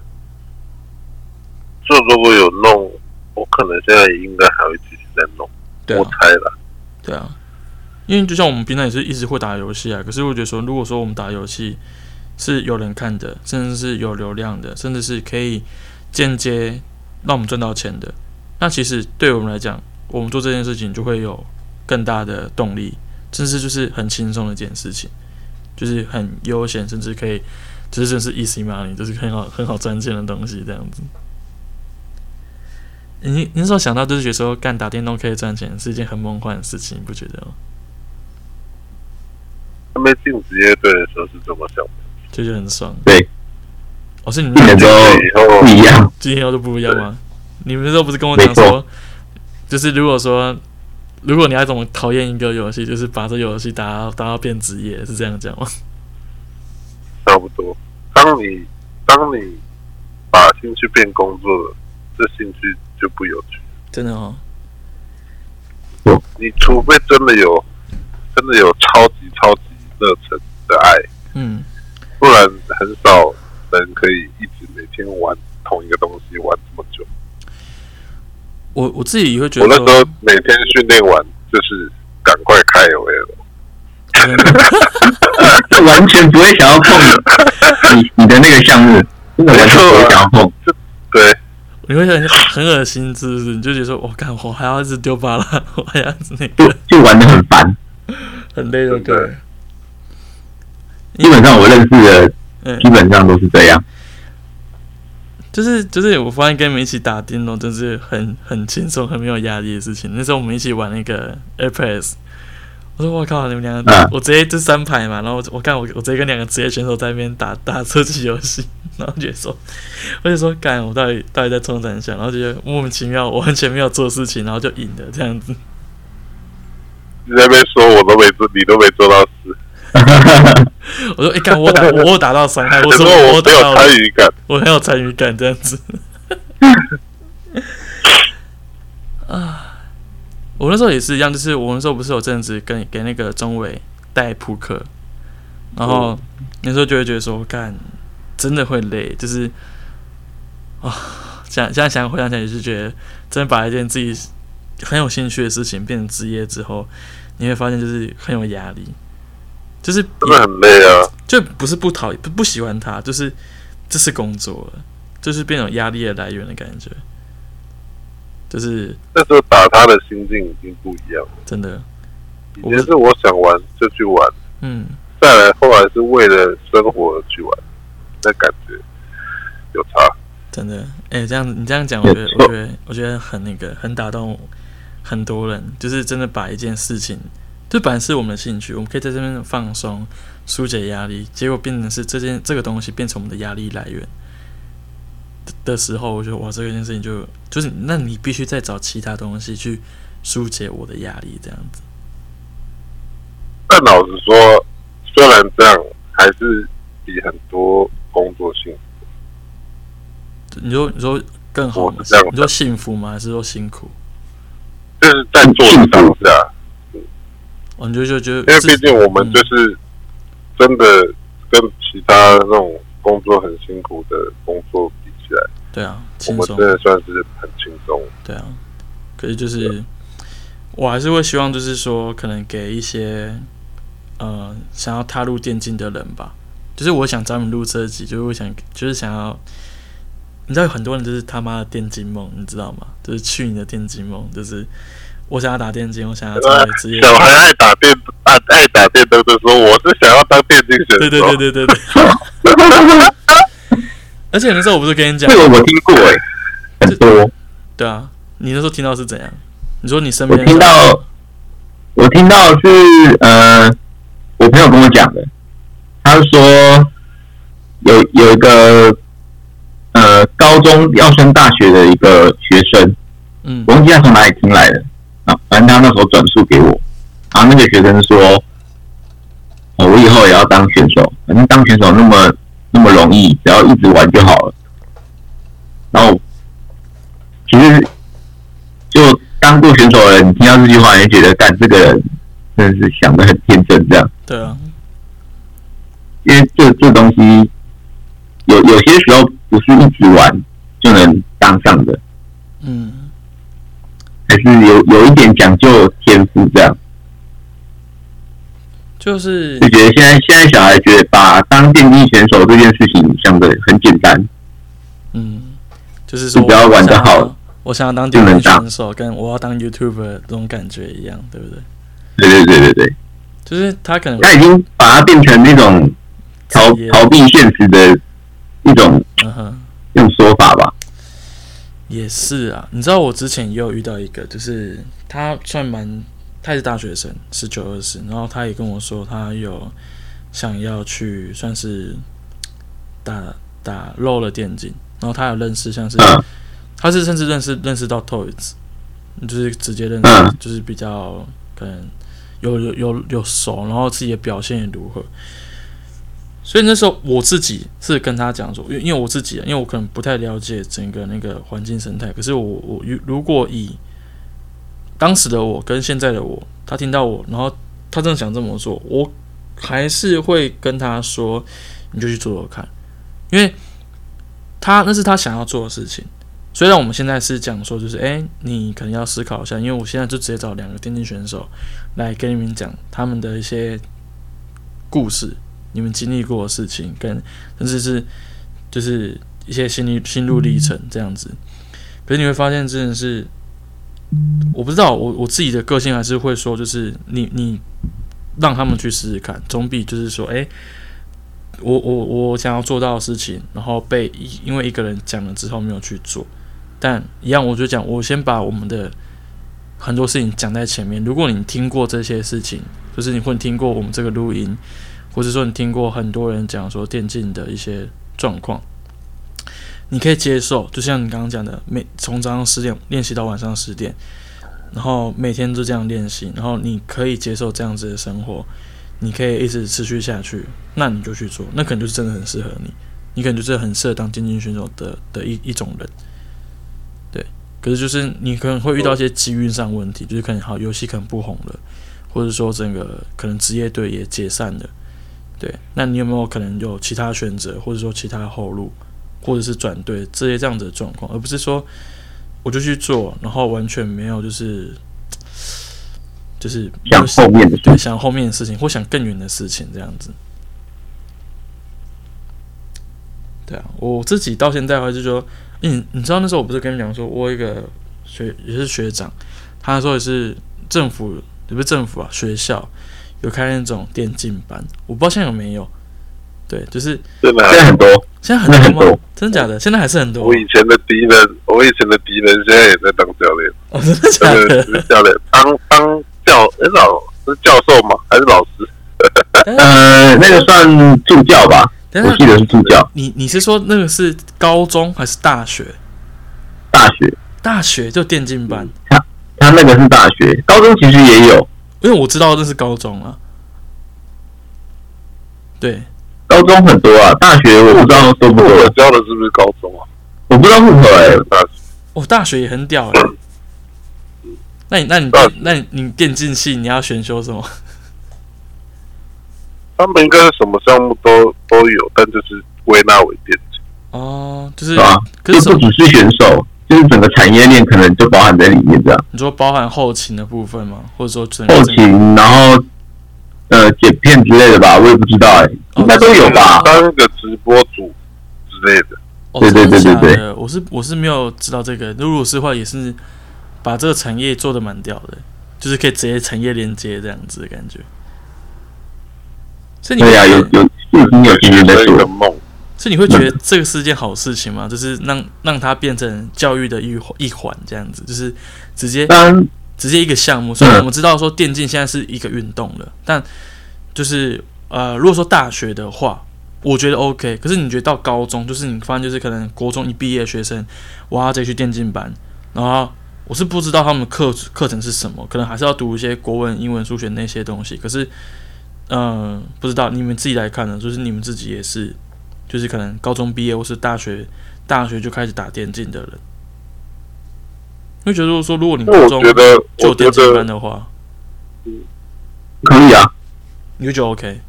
[SPEAKER 2] 就如果有弄，我可能现在应该还会继续再弄，
[SPEAKER 1] 对
[SPEAKER 2] 我
[SPEAKER 1] 啊，
[SPEAKER 2] 猜啦。
[SPEAKER 1] 对啊，因为就像我们平常也是一直会打游戏啊，可是我觉得说，如果说我们打游戏是有人看的，甚至是有流量的，甚至是可以间接让我们赚到钱的，那其实对我们来讲，我们做这件事情就会有更大的动力，甚至就是很轻松的一件事情，就是很悠闲，甚至可以就是真的是 easy money，就是很好很好赚钱的东西这样子。你你那时候想到就是觉得说干打电动可以赚钱是一件很梦幻的事情，你不觉得吗？
[SPEAKER 2] 还没进职业队的时候是这么想的，
[SPEAKER 1] 就觉得很爽。
[SPEAKER 3] 对，
[SPEAKER 1] 哦，是你
[SPEAKER 3] 进
[SPEAKER 1] 们
[SPEAKER 3] 来之
[SPEAKER 2] 进
[SPEAKER 3] 后
[SPEAKER 2] 队以后
[SPEAKER 3] 不一样， *laughs*
[SPEAKER 1] 今天要都不一样吗？你们那时候不是跟我讲说，就是如果说如果你要怎么讨厌一个游戏，就是把这游戏打到打到变职业，是这样讲吗？
[SPEAKER 2] 差不多。当你当你把兴趣变工作了，这兴趣就不有趣。
[SPEAKER 1] 真的哦，
[SPEAKER 2] 你除非真的有真的有超级超级热忱的爱，
[SPEAKER 1] 嗯，
[SPEAKER 2] 不然很少人可以一直每天玩同一个东西玩这么久。
[SPEAKER 1] 我我自己也会觉
[SPEAKER 2] 我那
[SPEAKER 1] 得说
[SPEAKER 2] 时候每天训练完就是赶快开 OL，
[SPEAKER 1] 真的 *laughs*
[SPEAKER 3] 完全不会想要碰你你的那个项目，真的完全不会想要碰。
[SPEAKER 2] 对，
[SPEAKER 1] 你会很很恶心，是不是？你就觉得说，我、干，我还要一直丢巴拉，我还要一直那
[SPEAKER 3] 就
[SPEAKER 1] 个
[SPEAKER 3] 就玩的很烦。
[SPEAKER 1] 很累，对不对？
[SPEAKER 3] 基本上我认识的
[SPEAKER 1] 嗯
[SPEAKER 3] 基本上都是这样， *laughs*
[SPEAKER 1] 就是就是，我发现跟你们一起打电动，真是很很轻松、很没有压力的事情。那时候我们一起玩那个 Apex，我说我靠，你们两个，
[SPEAKER 3] 嗯
[SPEAKER 1] 我直接就三排嘛，然后我我看我我直接跟两个职业选手在那边打打射击游戏，然后觉得说，我就说干，我到底到底在冲三下，然后觉得莫名其妙，我完全没有做事情，然后就赢了这样子。 *laughs*
[SPEAKER 2] 你在那边说我都没做，你都没做到事，
[SPEAKER 1] 我说哎干、我打我有打到伤害，我
[SPEAKER 2] 可 *laughs* 是
[SPEAKER 1] 说我有
[SPEAKER 2] 我
[SPEAKER 1] 打
[SPEAKER 2] 没
[SPEAKER 1] 到
[SPEAKER 2] 有参与感。
[SPEAKER 1] 我很有参与感这样子。啊，我那时候也是一样，就是我那时候不是有阵子跟给那个中伟带扑克，然后那时候就会觉得说，干真的会累，就是啊，想现在想回想起来，就是觉得真的把一件自己很有兴趣的事情变成职业之后，你会发现就是很有压力，就是
[SPEAKER 2] 真的很累啊！
[SPEAKER 1] 就不是不讨不不喜欢他，就是这是工作了，就是变成压力的来源的感觉，就是
[SPEAKER 2] 那时候打他的心境已经不一样了，
[SPEAKER 1] 真的，
[SPEAKER 2] 以前是我想玩就去玩，
[SPEAKER 1] 嗯，
[SPEAKER 2] 再来后来是为了生活而去玩，那感觉有差。
[SPEAKER 1] 真的，哎、这样你这样讲，我觉得
[SPEAKER 3] 没错
[SPEAKER 1] 我觉得我觉得很那个，很打动很多人，就是真的把一件事情，就本来是我们的兴趣，我们可以在这边放松、疏解压力，结果变成是这件这个东西变成我们的压力来源的的时候，我觉得哇，这件事情就就是，那你必须再找其他东西去疏解我的压力，这样子，
[SPEAKER 2] 但老实说，虽然这样，还是比很多工作性
[SPEAKER 1] 你说你说更好
[SPEAKER 2] 哦
[SPEAKER 1] 吗
[SPEAKER 2] 我是这样想
[SPEAKER 1] 你说幸福吗？还是说辛苦？
[SPEAKER 2] 就是在做的当下，
[SPEAKER 1] 哦，你就就觉
[SPEAKER 2] 因
[SPEAKER 1] 得
[SPEAKER 2] 为
[SPEAKER 1] 自己，嗯
[SPEAKER 2] 毕竟我们就是真的跟其他那种工作很辛苦的工作比起来，
[SPEAKER 1] 对啊，
[SPEAKER 2] 我
[SPEAKER 1] 轻
[SPEAKER 2] 们
[SPEAKER 1] 松
[SPEAKER 2] 真。的算是很轻松。
[SPEAKER 1] 对啊，可是就是我还是会希望，就是说，可能给一些呃想要踏入电竞的人吧，就是我想找你们录这集，就是我想就是想要，你知道有很多人就是他妈的电竞梦，你知道吗？就是去你的电竞梦，就是我想要打电竞，我想要成为职业。
[SPEAKER 3] 啊
[SPEAKER 2] 小孩爱打电爱爱打电灯的时候，我是想要当电竞选手。
[SPEAKER 1] 对对对对对对，而且那时候我不是跟你讲
[SPEAKER 3] 这，个我听过哎、很多。
[SPEAKER 1] 对啊，你那时候听到是怎样？你说你身
[SPEAKER 3] 我
[SPEAKER 1] 边的
[SPEAKER 3] 听
[SPEAKER 1] 小孩
[SPEAKER 3] 到，我听到是呃，我朋友跟我讲的，他说有有一个呃高中要升大学的一个学生，
[SPEAKER 1] 嗯
[SPEAKER 3] 我忘记他从哪里听来的啊，反正他那时候转述给我，然后那个学生说，哦，我以后也要当选手，反正当选手那么那么容易，只要一直玩就好了。然后其实就当当过选手的人，你听到这句话，你就觉得干这个人真的是想的很天真，这样。
[SPEAKER 1] 对啊，
[SPEAKER 3] 因为这这东西有有些时候不是一直玩就能当上的，
[SPEAKER 1] 嗯，
[SPEAKER 3] 还是有有一点讲究天赋这样。
[SPEAKER 1] 就是
[SPEAKER 3] 就觉得现在现在小孩觉得把当电竞选手这件事情想的很简单，
[SPEAKER 1] 嗯，就是说
[SPEAKER 3] 你不要
[SPEAKER 1] 我
[SPEAKER 3] 玩得
[SPEAKER 1] 想
[SPEAKER 3] 好
[SPEAKER 1] 要，我想要当
[SPEAKER 3] 就
[SPEAKER 1] 电竞
[SPEAKER 3] 能打
[SPEAKER 1] 选手，跟我要当 YouTuber 这种感觉一样，对不对？
[SPEAKER 3] 对对对对对，
[SPEAKER 1] 就是他可能
[SPEAKER 3] 他已经把它变成那种逃
[SPEAKER 1] 职业
[SPEAKER 3] 逃避现实的一种
[SPEAKER 1] 嗯哼，
[SPEAKER 3] 一种说法吧。
[SPEAKER 1] 也是啊。你知道我之前也有遇到一个，就是他算蛮，他也是大学生，十九二十，然后他也跟我说他有想要去算是打打漏了电竞，然后他有认识像是
[SPEAKER 3] 嗯
[SPEAKER 1] 他是甚至认识认识到 Toys，就是直接认识，
[SPEAKER 3] 嗯
[SPEAKER 1] 就是比较可能有有有有熟，然后自己的表现也如何。所以那时候我自己是跟他讲说，因为因为我自己啊，因为我可能不太了解整个那个环境生态，可是我我如如果以当时的我跟现在的我，他听到我，然后他真的想这么做，我还是会跟他说，你就去做做看，因为他那是他想要做的事情。虽然我们现在是讲说，就是诶，你可能要思考一下，因为我现在就直接找两个电竞选手来跟你们讲他们的一些故事，你们经历过的事情，跟甚至是就是一些心理心路历程这样子。可是你会发现，真的是我不知道，我我自己的个性还是会说，就是你你让他们去试试看，总比就是说，诶，我我我想要做到的事情，然后被一因为一个人讲了之后没有去做，但一样，我就讲，我先把我们的很多事情讲在前面。如果你听过这些事情，就是你会听过我们这个录音，或者说你听过很多人讲说电竞的一些状况，你可以接受。就像你刚刚讲的，每从早上十点练习到晚上十点，然后每天就这样练习，然后你可以接受这样子的生活，你可以一直持续下去，那你就去做，那可能就是真的很适合你，你可能就是很适合当电竞选手的的一一种人。可是就是你可能会遇到一些机遇上问题，就是可能好游戏可能不红了，或者说整个可能职业队也解散了，对，那你有没有可能有其他选择，或者说其他后路，或者是转队这些这样子的状况，而不是说我就去做，然后完全没有就是就是没有
[SPEAKER 3] 想后面的事
[SPEAKER 1] 对想后面的事情或想更远的事情这样子。对啊，我自己到现在还是说，你你知道那时候我不是跟你讲说，我有一个学也是学长，他那时候也是政府也不是政府啊，学校有开那种电竞班，我不知道现在有没有。对，就是
[SPEAKER 2] 真的
[SPEAKER 3] 现在
[SPEAKER 2] 还，
[SPEAKER 3] 很多
[SPEAKER 1] 现在很多
[SPEAKER 3] 现在很
[SPEAKER 1] 吗
[SPEAKER 3] 多？
[SPEAKER 1] 真的假的？现在还是很多
[SPEAKER 2] 我以前的敌人，我以前的敌人现在也在当教练，
[SPEAKER 1] 哦，真的假
[SPEAKER 2] 真的
[SPEAKER 1] 的？
[SPEAKER 2] 是教练，当当教，哎、老是教授吗？还是老师？
[SPEAKER 1] 但是
[SPEAKER 3] 呃，那个算助教吧，
[SPEAKER 1] 等
[SPEAKER 3] 我
[SPEAKER 1] 一下，
[SPEAKER 3] 记得是助教。
[SPEAKER 1] 你你是说那个是高中还是大学？
[SPEAKER 3] 大学，
[SPEAKER 1] 大学就电竞班，
[SPEAKER 3] 他那个是大学，高中其实也有，
[SPEAKER 1] 因为我知道这是高中啊。对，
[SPEAKER 3] 高中很多啊，大学我不知道多不
[SPEAKER 2] 我
[SPEAKER 3] 多，
[SPEAKER 2] 教的是不是高中啊？
[SPEAKER 3] 我不知道户口哎、
[SPEAKER 2] 大学
[SPEAKER 1] 我、哦大学也很屌欸那你那你
[SPEAKER 2] 大
[SPEAKER 1] 那你你电竞系你要选修什么？
[SPEAKER 2] 他们应该是什么项目都都有，但就是归纳为电竞。
[SPEAKER 1] 哦，就是
[SPEAKER 3] 是吧？
[SPEAKER 1] 可是什
[SPEAKER 3] 就
[SPEAKER 1] 么
[SPEAKER 3] 不只是选手，就是整个产业链可能就包含在里面这样。
[SPEAKER 1] 你说包含后勤的部分吗？或者说整个
[SPEAKER 3] 后勤，然后呃剪片之类的吧，我也不知道哎、
[SPEAKER 1] 哦
[SPEAKER 3] 应该都有吧？
[SPEAKER 2] 三个直播组之类的，
[SPEAKER 1] 哦，
[SPEAKER 3] 对对
[SPEAKER 1] 真的
[SPEAKER 3] 对对
[SPEAKER 1] 假
[SPEAKER 3] 对
[SPEAKER 1] 的我是我是没有知道这个。如果是的话，也是把这个产业做的蛮屌的，就是可以直接产业连接这样子的感觉。所以你会
[SPEAKER 3] 对呀、啊有有已经有经验在
[SPEAKER 2] 一个
[SPEAKER 3] 做，
[SPEAKER 2] 梦。
[SPEAKER 1] 所以啊你会觉得这个是一件好事情吗？就是让让它变成教育的一环一环这样子，就是直接
[SPEAKER 3] 当然
[SPEAKER 1] 直接一个项
[SPEAKER 2] 嗯
[SPEAKER 1] 目。虽然我们知道说电竞现在是一个运动了，但就是呃，如果说大学的话，我觉得 OK。可是你觉得到高中，就是你发现就是可能国中一毕业的学生，哇，他直接去电竞班，然后我是不知道他们课课程是什么，可能还是要读一些国文、英文、数学那些东西。可是，呃，不知道你们自己来看呢，就是你们自己也是，就是可能高中毕业或是大学大学就开始打电竞的人。会觉得如果说如果你
[SPEAKER 2] 因为
[SPEAKER 1] 高
[SPEAKER 2] 我
[SPEAKER 1] 中
[SPEAKER 2] 觉得，
[SPEAKER 1] 就
[SPEAKER 2] 我觉
[SPEAKER 1] 电竞班
[SPEAKER 2] 得
[SPEAKER 1] 的话，
[SPEAKER 3] 可以啊，
[SPEAKER 1] 你就觉得 OK，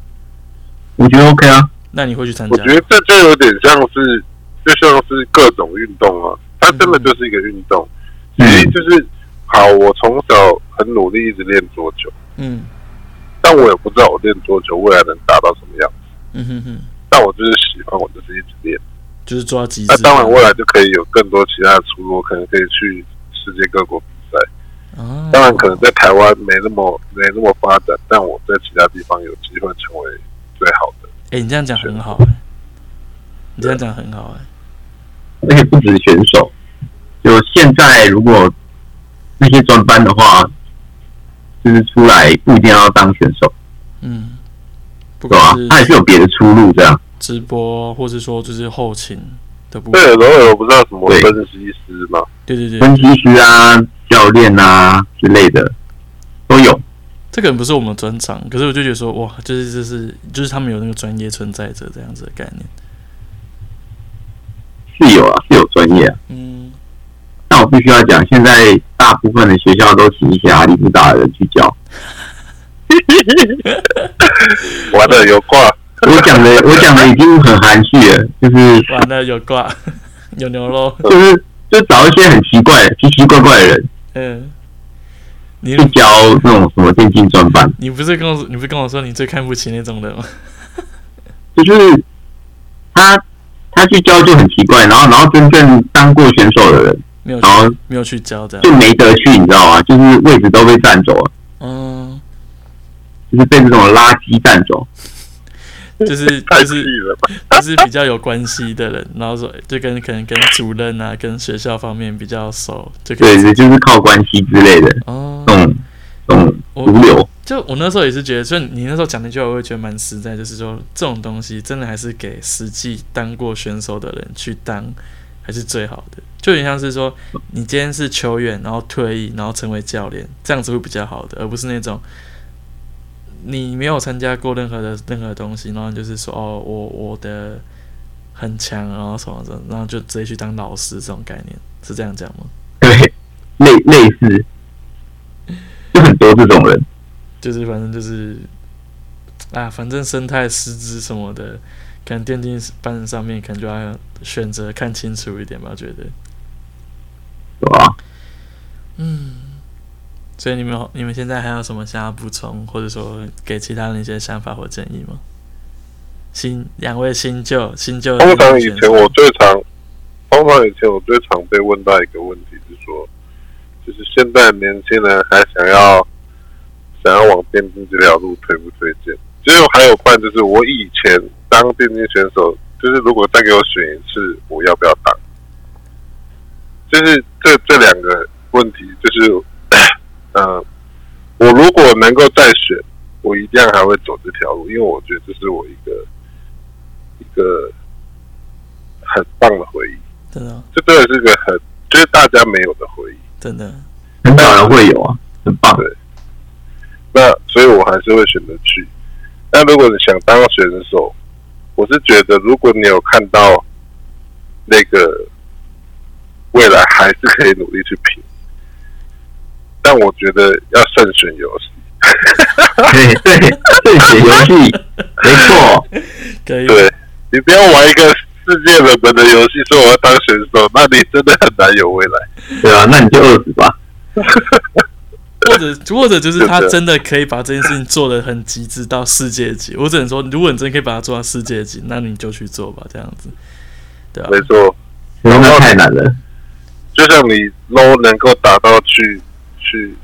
[SPEAKER 3] 我觉得 OK 啊。
[SPEAKER 1] 那你会去参
[SPEAKER 2] 我
[SPEAKER 1] 加
[SPEAKER 2] 觉？得这就有点像是，就像是各种运动啊，它真的就是一个运动。其
[SPEAKER 3] 嗯
[SPEAKER 2] 实就是，好，我从小很努力，一直练桌球，
[SPEAKER 1] 嗯
[SPEAKER 2] 但我也不知道我练桌球未来能达到什么样，
[SPEAKER 1] 嗯哼哼，
[SPEAKER 2] 但我就是喜欢，我就是一直练。
[SPEAKER 1] 就是做到极
[SPEAKER 2] 那
[SPEAKER 1] 致。
[SPEAKER 2] 当然，未来就可以有更多其他的出路，可能可以去世界各国
[SPEAKER 3] 嗯
[SPEAKER 2] 比赛。
[SPEAKER 1] 啊，
[SPEAKER 2] 当然，可能在台湾没那么没那么发展，但我在其他地方有机会成为最好的。
[SPEAKER 1] 哎、你这样讲很好、欸，你这样讲很好、欸，
[SPEAKER 3] 而且不止选手，就现在如果那些专班的话，就是出来不一定要当选手，
[SPEAKER 1] 嗯，不
[SPEAKER 3] 对
[SPEAKER 1] 管
[SPEAKER 2] 啊
[SPEAKER 3] 吧、
[SPEAKER 1] 是
[SPEAKER 2] 哎
[SPEAKER 3] 他也是有别的出路，这样
[SPEAKER 1] 直播，或是说就是后勤的部分
[SPEAKER 2] 对，，然后我不知道什么
[SPEAKER 3] 嗯对
[SPEAKER 2] 分析师嘛，
[SPEAKER 1] 对对对，
[SPEAKER 2] 嗯
[SPEAKER 3] 分析师啊、教练啊之类的都有。
[SPEAKER 1] 这可能不是我们的专长，可是我就觉得说，哇，就是就是就是他们有那个专业存在着这样子的概念，
[SPEAKER 3] 是有啊，是有专业啊。
[SPEAKER 2] *laughs*
[SPEAKER 1] 嗯 *laughs*
[SPEAKER 3] 但我必须要讲，现在大部分的学校都请一些阿里不达的人去教。
[SPEAKER 2] 玩的有挂，
[SPEAKER 3] 我讲的，我讲的已经很含蓄了，就是
[SPEAKER 1] 完了有挂有牛肉，
[SPEAKER 3] 就是就找一些很奇怪、奇奇怪怪的人
[SPEAKER 1] 嗯，你
[SPEAKER 3] 去教那种什么电竞专班，
[SPEAKER 1] 你不是跟我你不是跟我说你最看不起那种人吗？ *laughs*
[SPEAKER 3] 就是他他去教就很奇怪，然后然后真正当过选手的人，
[SPEAKER 1] 没有去
[SPEAKER 3] 然后
[SPEAKER 1] 没有去教这
[SPEAKER 3] 就
[SPEAKER 1] 样，
[SPEAKER 3] 没得去，你知道吗？就是位置都被占走了，
[SPEAKER 1] 嗯，
[SPEAKER 3] 就是被这种垃圾占走。
[SPEAKER 1] 就是
[SPEAKER 2] 太
[SPEAKER 1] 就
[SPEAKER 2] 气
[SPEAKER 1] 是
[SPEAKER 3] *laughs*
[SPEAKER 2] 了吧？
[SPEAKER 1] 就是比较有关系的人，然后说就跟可能跟主任啊，跟学校方面比较熟，就可
[SPEAKER 3] 对，
[SPEAKER 1] 以
[SPEAKER 3] 这就是靠关系之类的
[SPEAKER 1] 哦。
[SPEAKER 3] 这种这种
[SPEAKER 1] 我
[SPEAKER 3] 毒瘤。
[SPEAKER 1] 就我那时候也是觉得，就你那时候讲那句话，我会觉得蛮实在，就是说这种东西真的还是给实际当过选手的人去当，还是最好的。就有点像是说，你今天是球员，然后退役，然后成为教练，这样子会比较好的，而不是那种你没有参加过任何的任何东西，然后你就是说哦，我我的很强，然后什么什么，然后就直接去当老师这种概念，是这样讲吗？
[SPEAKER 3] *laughs* 对，类类似，就很多这种人。
[SPEAKER 1] 就是反正就是啊，反正生态师资什么的，可能电竞班上面可能就要选择看清楚一点吧，我觉得。
[SPEAKER 3] 对吧？
[SPEAKER 1] 嗯，所以你们有你们现在还有什么想要补充，或者说给其他人一些想法或建议吗？新两位新旧新旧的
[SPEAKER 2] 通常以
[SPEAKER 1] 选手
[SPEAKER 2] 前我最常，通常以前我最常被问到一个问题是说，就是现在年轻人还想要想要往电竞这条路推不推荐？就是还有半就是我以前当电竞选手，就是如果再给我选一次，我要不要当？就是这这两个问题，就是，呃，我如果能够再选，我一定还会走这条路，因为我觉得这是我一个一个很棒的回忆，
[SPEAKER 1] 真的
[SPEAKER 2] 这真的是个很就是大家没有的回忆。
[SPEAKER 1] 真的
[SPEAKER 3] 很少人会有啊，很棒。
[SPEAKER 2] 对那所以我还是会选择去。但如果你想当选手，我是觉得如果你有看到那个未来，还是可以努力去拼。但我觉得要慎选游戏，
[SPEAKER 3] *laughs* 对对，对写游戏，没错，
[SPEAKER 1] *laughs* 可以
[SPEAKER 2] 对你不要玩一个世界冷门的游戏，说我要当选手，那你真的很难有未来。 *laughs*
[SPEAKER 3] 对啊，那你就饿死吧。
[SPEAKER 1] 或者或者就是他
[SPEAKER 2] 是的
[SPEAKER 1] 真的可以把这件事情做得很极致到世界级，我只能说，如果你真的可以把它做到世界级，那你就去做吧，这样子，对吧、啊
[SPEAKER 2] 没错。
[SPEAKER 3] 然后那太难了，
[SPEAKER 2] 就像你 low 能够达到去去，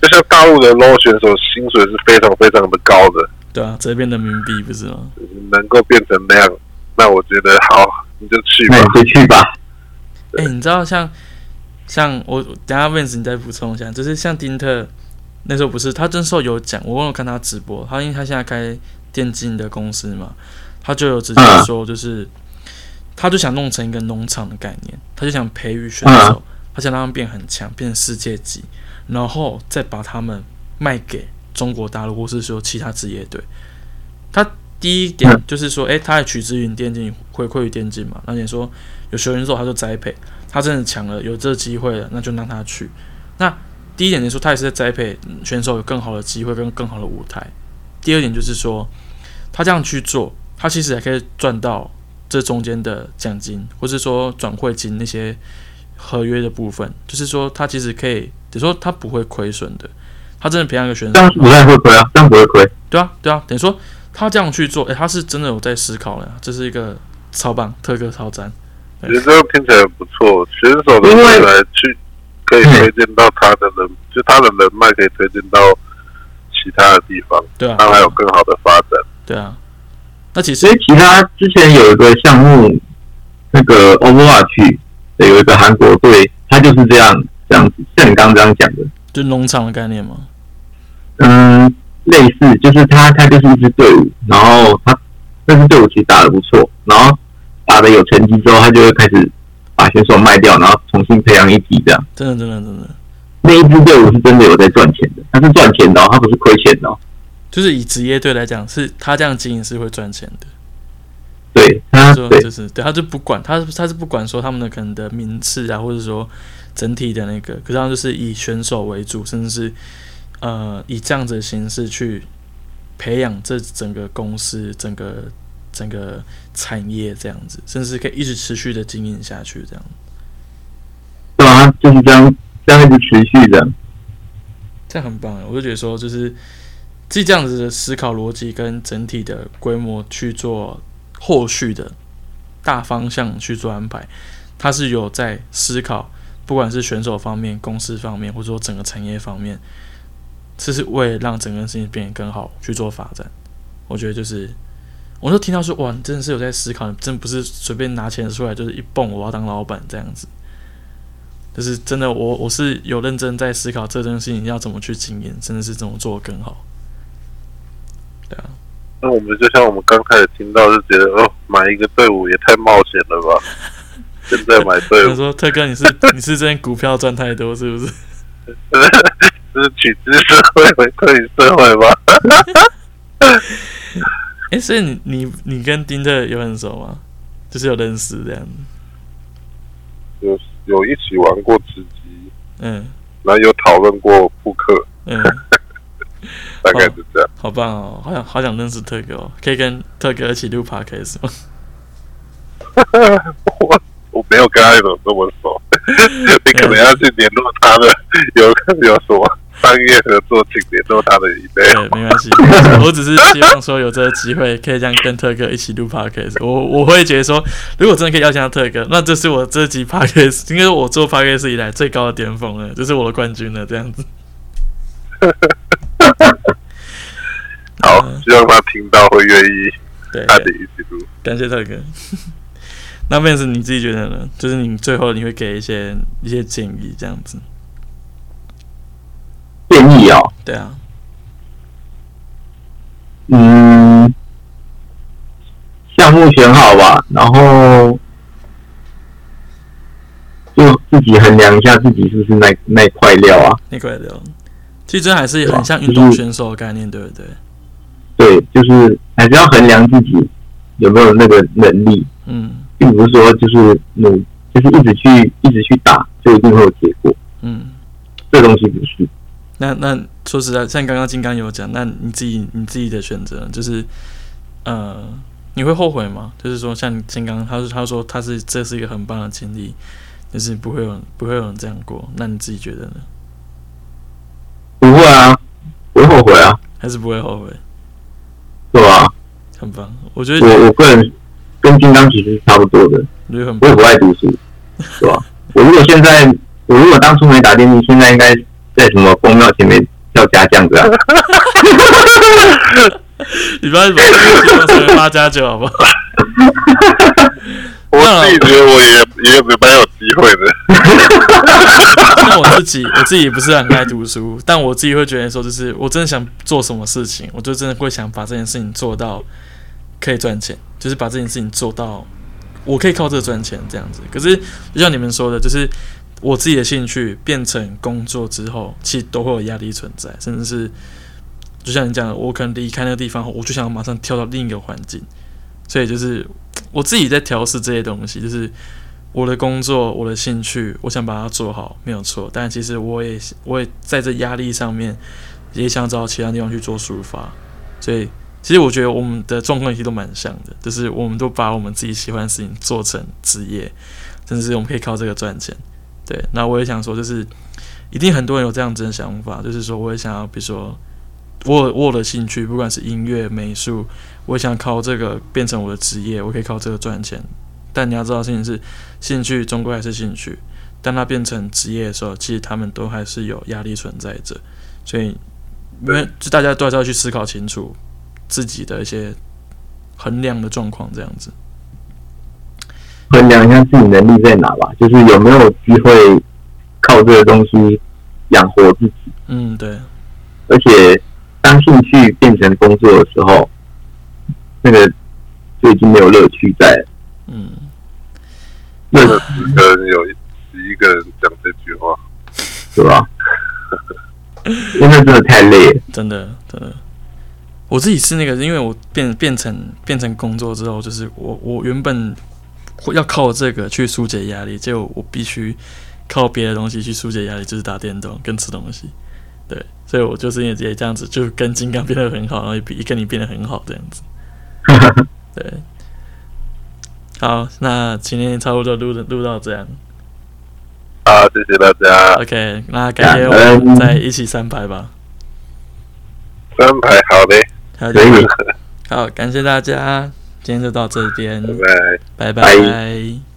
[SPEAKER 2] 就像大陆的 low 选手薪水是非常非常的高的，
[SPEAKER 1] 对啊，这边的冥币不是吗？
[SPEAKER 2] 能够变成那样，那我觉得好，你就去吧
[SPEAKER 3] 那。你就去吧。
[SPEAKER 1] 哎、你知道像像我等一下 Vince 你再补充一下，就是像丁特那时候不是他那时候有讲，我忘了看他直播，他因为他现在开电竞的公司嘛，他就有直接
[SPEAKER 3] 嗯
[SPEAKER 1] 说，就是、他就想弄成一个农场的概念，他就想培育选
[SPEAKER 3] 嗯
[SPEAKER 1] 手，他想让他们变很强，变成世界级，然后再把他们卖给中国大陆或是说其他职业队。他第一点就是说，诶，它也取之于你电竞，回馈于电竞嘛。那你说有球员之后，他就栽培，他真的强了，有这个机会了，那就让他去。那第一点来说，他也是在栽培选手有更好的机会跟更好的舞台。第二点就是说，他这样去做，他其实还可以赚到这中间的奖金，或是说转会金那些合约的部分。就是说，他其实可以，等于说他不会亏损的。他真的培养一个选手
[SPEAKER 3] 这，样不太会亏啊，这样不会亏。
[SPEAKER 1] 对啊，对啊，等于说他这样去做，诶，他是真的有在思考了，这是一个超棒特哥超赞。
[SPEAKER 2] 其实这个听起来不错，选手的未来去可以推荐到他的人，就他的人脉可以推荐到其他的地方，
[SPEAKER 1] 对啊，
[SPEAKER 2] 让他有更好的发展。
[SPEAKER 1] 对啊。那其实
[SPEAKER 3] 所以其他之前有一个项目，那个 Overwatch 对有一个韩国队，他就是这样这样子，像你刚刚这样讲的，
[SPEAKER 1] 就农场的概念嘛，
[SPEAKER 3] 嗯，类似就是他他就是一支队伍，然后他那支队伍其实打得不错，然后打得有成绩之后，他就会开始把选手卖掉，然后重新培养一批这样。
[SPEAKER 1] 真的，真的，真的，
[SPEAKER 3] 那一支队伍是真的有在赚钱的，他是赚钱的、哦，他不是亏钱的、哦。
[SPEAKER 1] 就是以职业队来讲，是他这样经营是会赚钱的。
[SPEAKER 3] 对他
[SPEAKER 1] 说
[SPEAKER 3] 啊对
[SPEAKER 1] 就是对，他就不管他他是不管说他们的可能的名次啊，或者说整体的那个，可是他就是以选手为主，甚至是呃以这样子的形式去培养这整个公司、整个整个产业这样子，甚至可以一直持续的经营下去这样。
[SPEAKER 3] 对啊，就是这样这样一直持续的。 *laughs*
[SPEAKER 1] 这样很棒欸，我就觉得说，就是自己这样子的思考逻辑跟整体的规模去做后续的大方向去做安排，他是有在思考，不管是选手方面、公司方面，或者说整个产业方面，这是为了让整个事情变得更好去做发展。我觉得就是，我就听到说，哇，你真的是有在思考，你真不是随便拿钱出来就是一蹦，我要当老板这样子。就是真的我，我是有认真在思考这件事情要怎么去经营，真的是怎么做得更好。对啊，
[SPEAKER 2] 那我们就像我们刚开始听到，就觉得哦，买一个队伍也太冒险了吧？现在买队
[SPEAKER 1] 他
[SPEAKER 2] 伍
[SPEAKER 1] 说特哥，你是 *laughs* 你是这边股票赚太多是 *laughs* 不是？
[SPEAKER 2] *laughs* 是取之社会回馈于社会吧？
[SPEAKER 1] 诶，所以你你你跟丁特有很熟吗？就是有认识这样，
[SPEAKER 2] *laughs* 有有一起玩过吃鸡，
[SPEAKER 1] 嗯
[SPEAKER 2] 然后有讨论过扑克，
[SPEAKER 1] 嗯，
[SPEAKER 2] *laughs* 大概是这样。 *laughs*
[SPEAKER 1] 好棒哦，好想好想认识特哥哦，可以跟特哥一起录 podcast 吗？
[SPEAKER 2] 我我没有跟他有这么熟，你可
[SPEAKER 1] 嗯
[SPEAKER 2] 能要去联络他的有有什么商业合作，请联络他的 email
[SPEAKER 1] 对，。没
[SPEAKER 2] *laughs*
[SPEAKER 1] 关系，我只是希望说有这个机会可以这样跟特哥一起录 podcast。我我会觉得说，如果真的可以邀请到特哥，那这是我这集 podcast 应该是我做 podcast 以来最高的巅峰了，这是我的冠军了，这样子。
[SPEAKER 2] 好，希望他听到会愿意
[SPEAKER 1] 嗯对，
[SPEAKER 2] 和你一起录。
[SPEAKER 1] 感谢特哥。 *laughs* 那 v i n c 你自己觉得呢？就是你最后你会给一些一些建议这样子？
[SPEAKER 3] 建议哦，
[SPEAKER 1] 对啊，
[SPEAKER 3] 嗯，项目选好吧，然后就自己衡量一下自己是不是那那块料啊。
[SPEAKER 1] 那块聊，其实真的还是
[SPEAKER 3] 对啊
[SPEAKER 1] 很像运
[SPEAKER 3] 就是
[SPEAKER 1] 动选手的概念，对不对？
[SPEAKER 3] 对，就是还是要衡量自己有没有那个能力，
[SPEAKER 1] 嗯
[SPEAKER 3] 并不是说就是努，就是一直去一直去打就一定会有结果，
[SPEAKER 1] 嗯。
[SPEAKER 3] 这东西不是。
[SPEAKER 1] 那那说实在，像刚刚金刚有讲，那你自己你自己的选择就是，呃，你会后悔吗？就是说，像金刚，他说他说他是这是一个很棒的经历，就是不会有人不会有人这样过。那你自己觉得呢？
[SPEAKER 3] 不会啊，不会后悔啊，
[SPEAKER 1] 还是不会后悔？
[SPEAKER 3] 对吧、
[SPEAKER 1] 很棒，我觉得
[SPEAKER 3] 我我个人跟金刚其实是差不多的，
[SPEAKER 1] 你很
[SPEAKER 3] 我
[SPEAKER 1] 棒 *laughs*
[SPEAKER 3] 也不爱读书，对吧、我如果现在，我如果当初没打电竞，现在应该在什么公庙前面叫家将子啊？
[SPEAKER 1] 你不要把这个形容成八加九好不好？
[SPEAKER 2] 我
[SPEAKER 1] 那
[SPEAKER 2] 自己觉得我也也蛮有机会的。
[SPEAKER 1] 像我自己，我自己不是很爱读书，但我自己会觉得说，就是我真的想做什么事情，我就真的会想把这件事情做到可以赚钱，就是把这件事情做到我可以靠这个赚钱这样子。可是就像你们说的，就是我自己的兴趣变成工作之后，其实都会有压力存在，甚至是就像你讲的，我可能离开那个地方后，我就想马上跳到另一个环境，所以就是我自己在调试这些东西，就是我的工作、我的兴趣，我想把它做好，没有错。但其实我也我也在这压力上面，也想找其他地方去做抒发，所以。其实我觉得我们的状况其实都蛮像的，就是我们都把我们自己喜欢的事情做成职业，甚至我们可以靠这个赚钱。对，那我也想说，就是一定很多人有这样子的想法，就是说我也想要，比如说我我的兴趣，不管是音乐、美术，我也想靠这个变成我的职业，我可以靠这个赚钱。但你要知道，事情是兴趣终归还是兴趣，当它变成职业的时候，其实他们都还是有压力存在着，所以因为就大家都还是要去思考清楚。自己的一些衡量的状况，这样子
[SPEAKER 3] 衡量一下自己能力在哪吧，就是有没有机会靠这个东西养活自己。
[SPEAKER 1] 嗯，对，
[SPEAKER 3] 而且当兴趣变成工作的时候，那个就已经没有乐趣在了。
[SPEAKER 1] 嗯，
[SPEAKER 2] 真
[SPEAKER 3] 乐
[SPEAKER 2] 的只跟有一十一个人讲这句话，
[SPEAKER 3] 对吧？因为真的太累了。
[SPEAKER 1] 真的真的，我自己是那个，因为我变变成变成工作之后，就是我我原本会要靠这个去疏解压力，结果我必须靠别的东西去疏解压力，就是打电动跟吃东西，对，所以我就是因为也这样子，就跟金刚变得很好，然后也比跟你变得很好这样子。对，好，那今天差不多录的录到这样。
[SPEAKER 2] 好，啊谢谢大家，
[SPEAKER 1] OK，那改天我们再一起三排吧。
[SPEAKER 2] 安排好嘞，
[SPEAKER 1] 好
[SPEAKER 3] 可
[SPEAKER 2] *laughs*
[SPEAKER 3] 以
[SPEAKER 1] 好，感谢大家，今天就到这边，
[SPEAKER 2] 拜拜。
[SPEAKER 1] 拜
[SPEAKER 3] 拜
[SPEAKER 1] 拜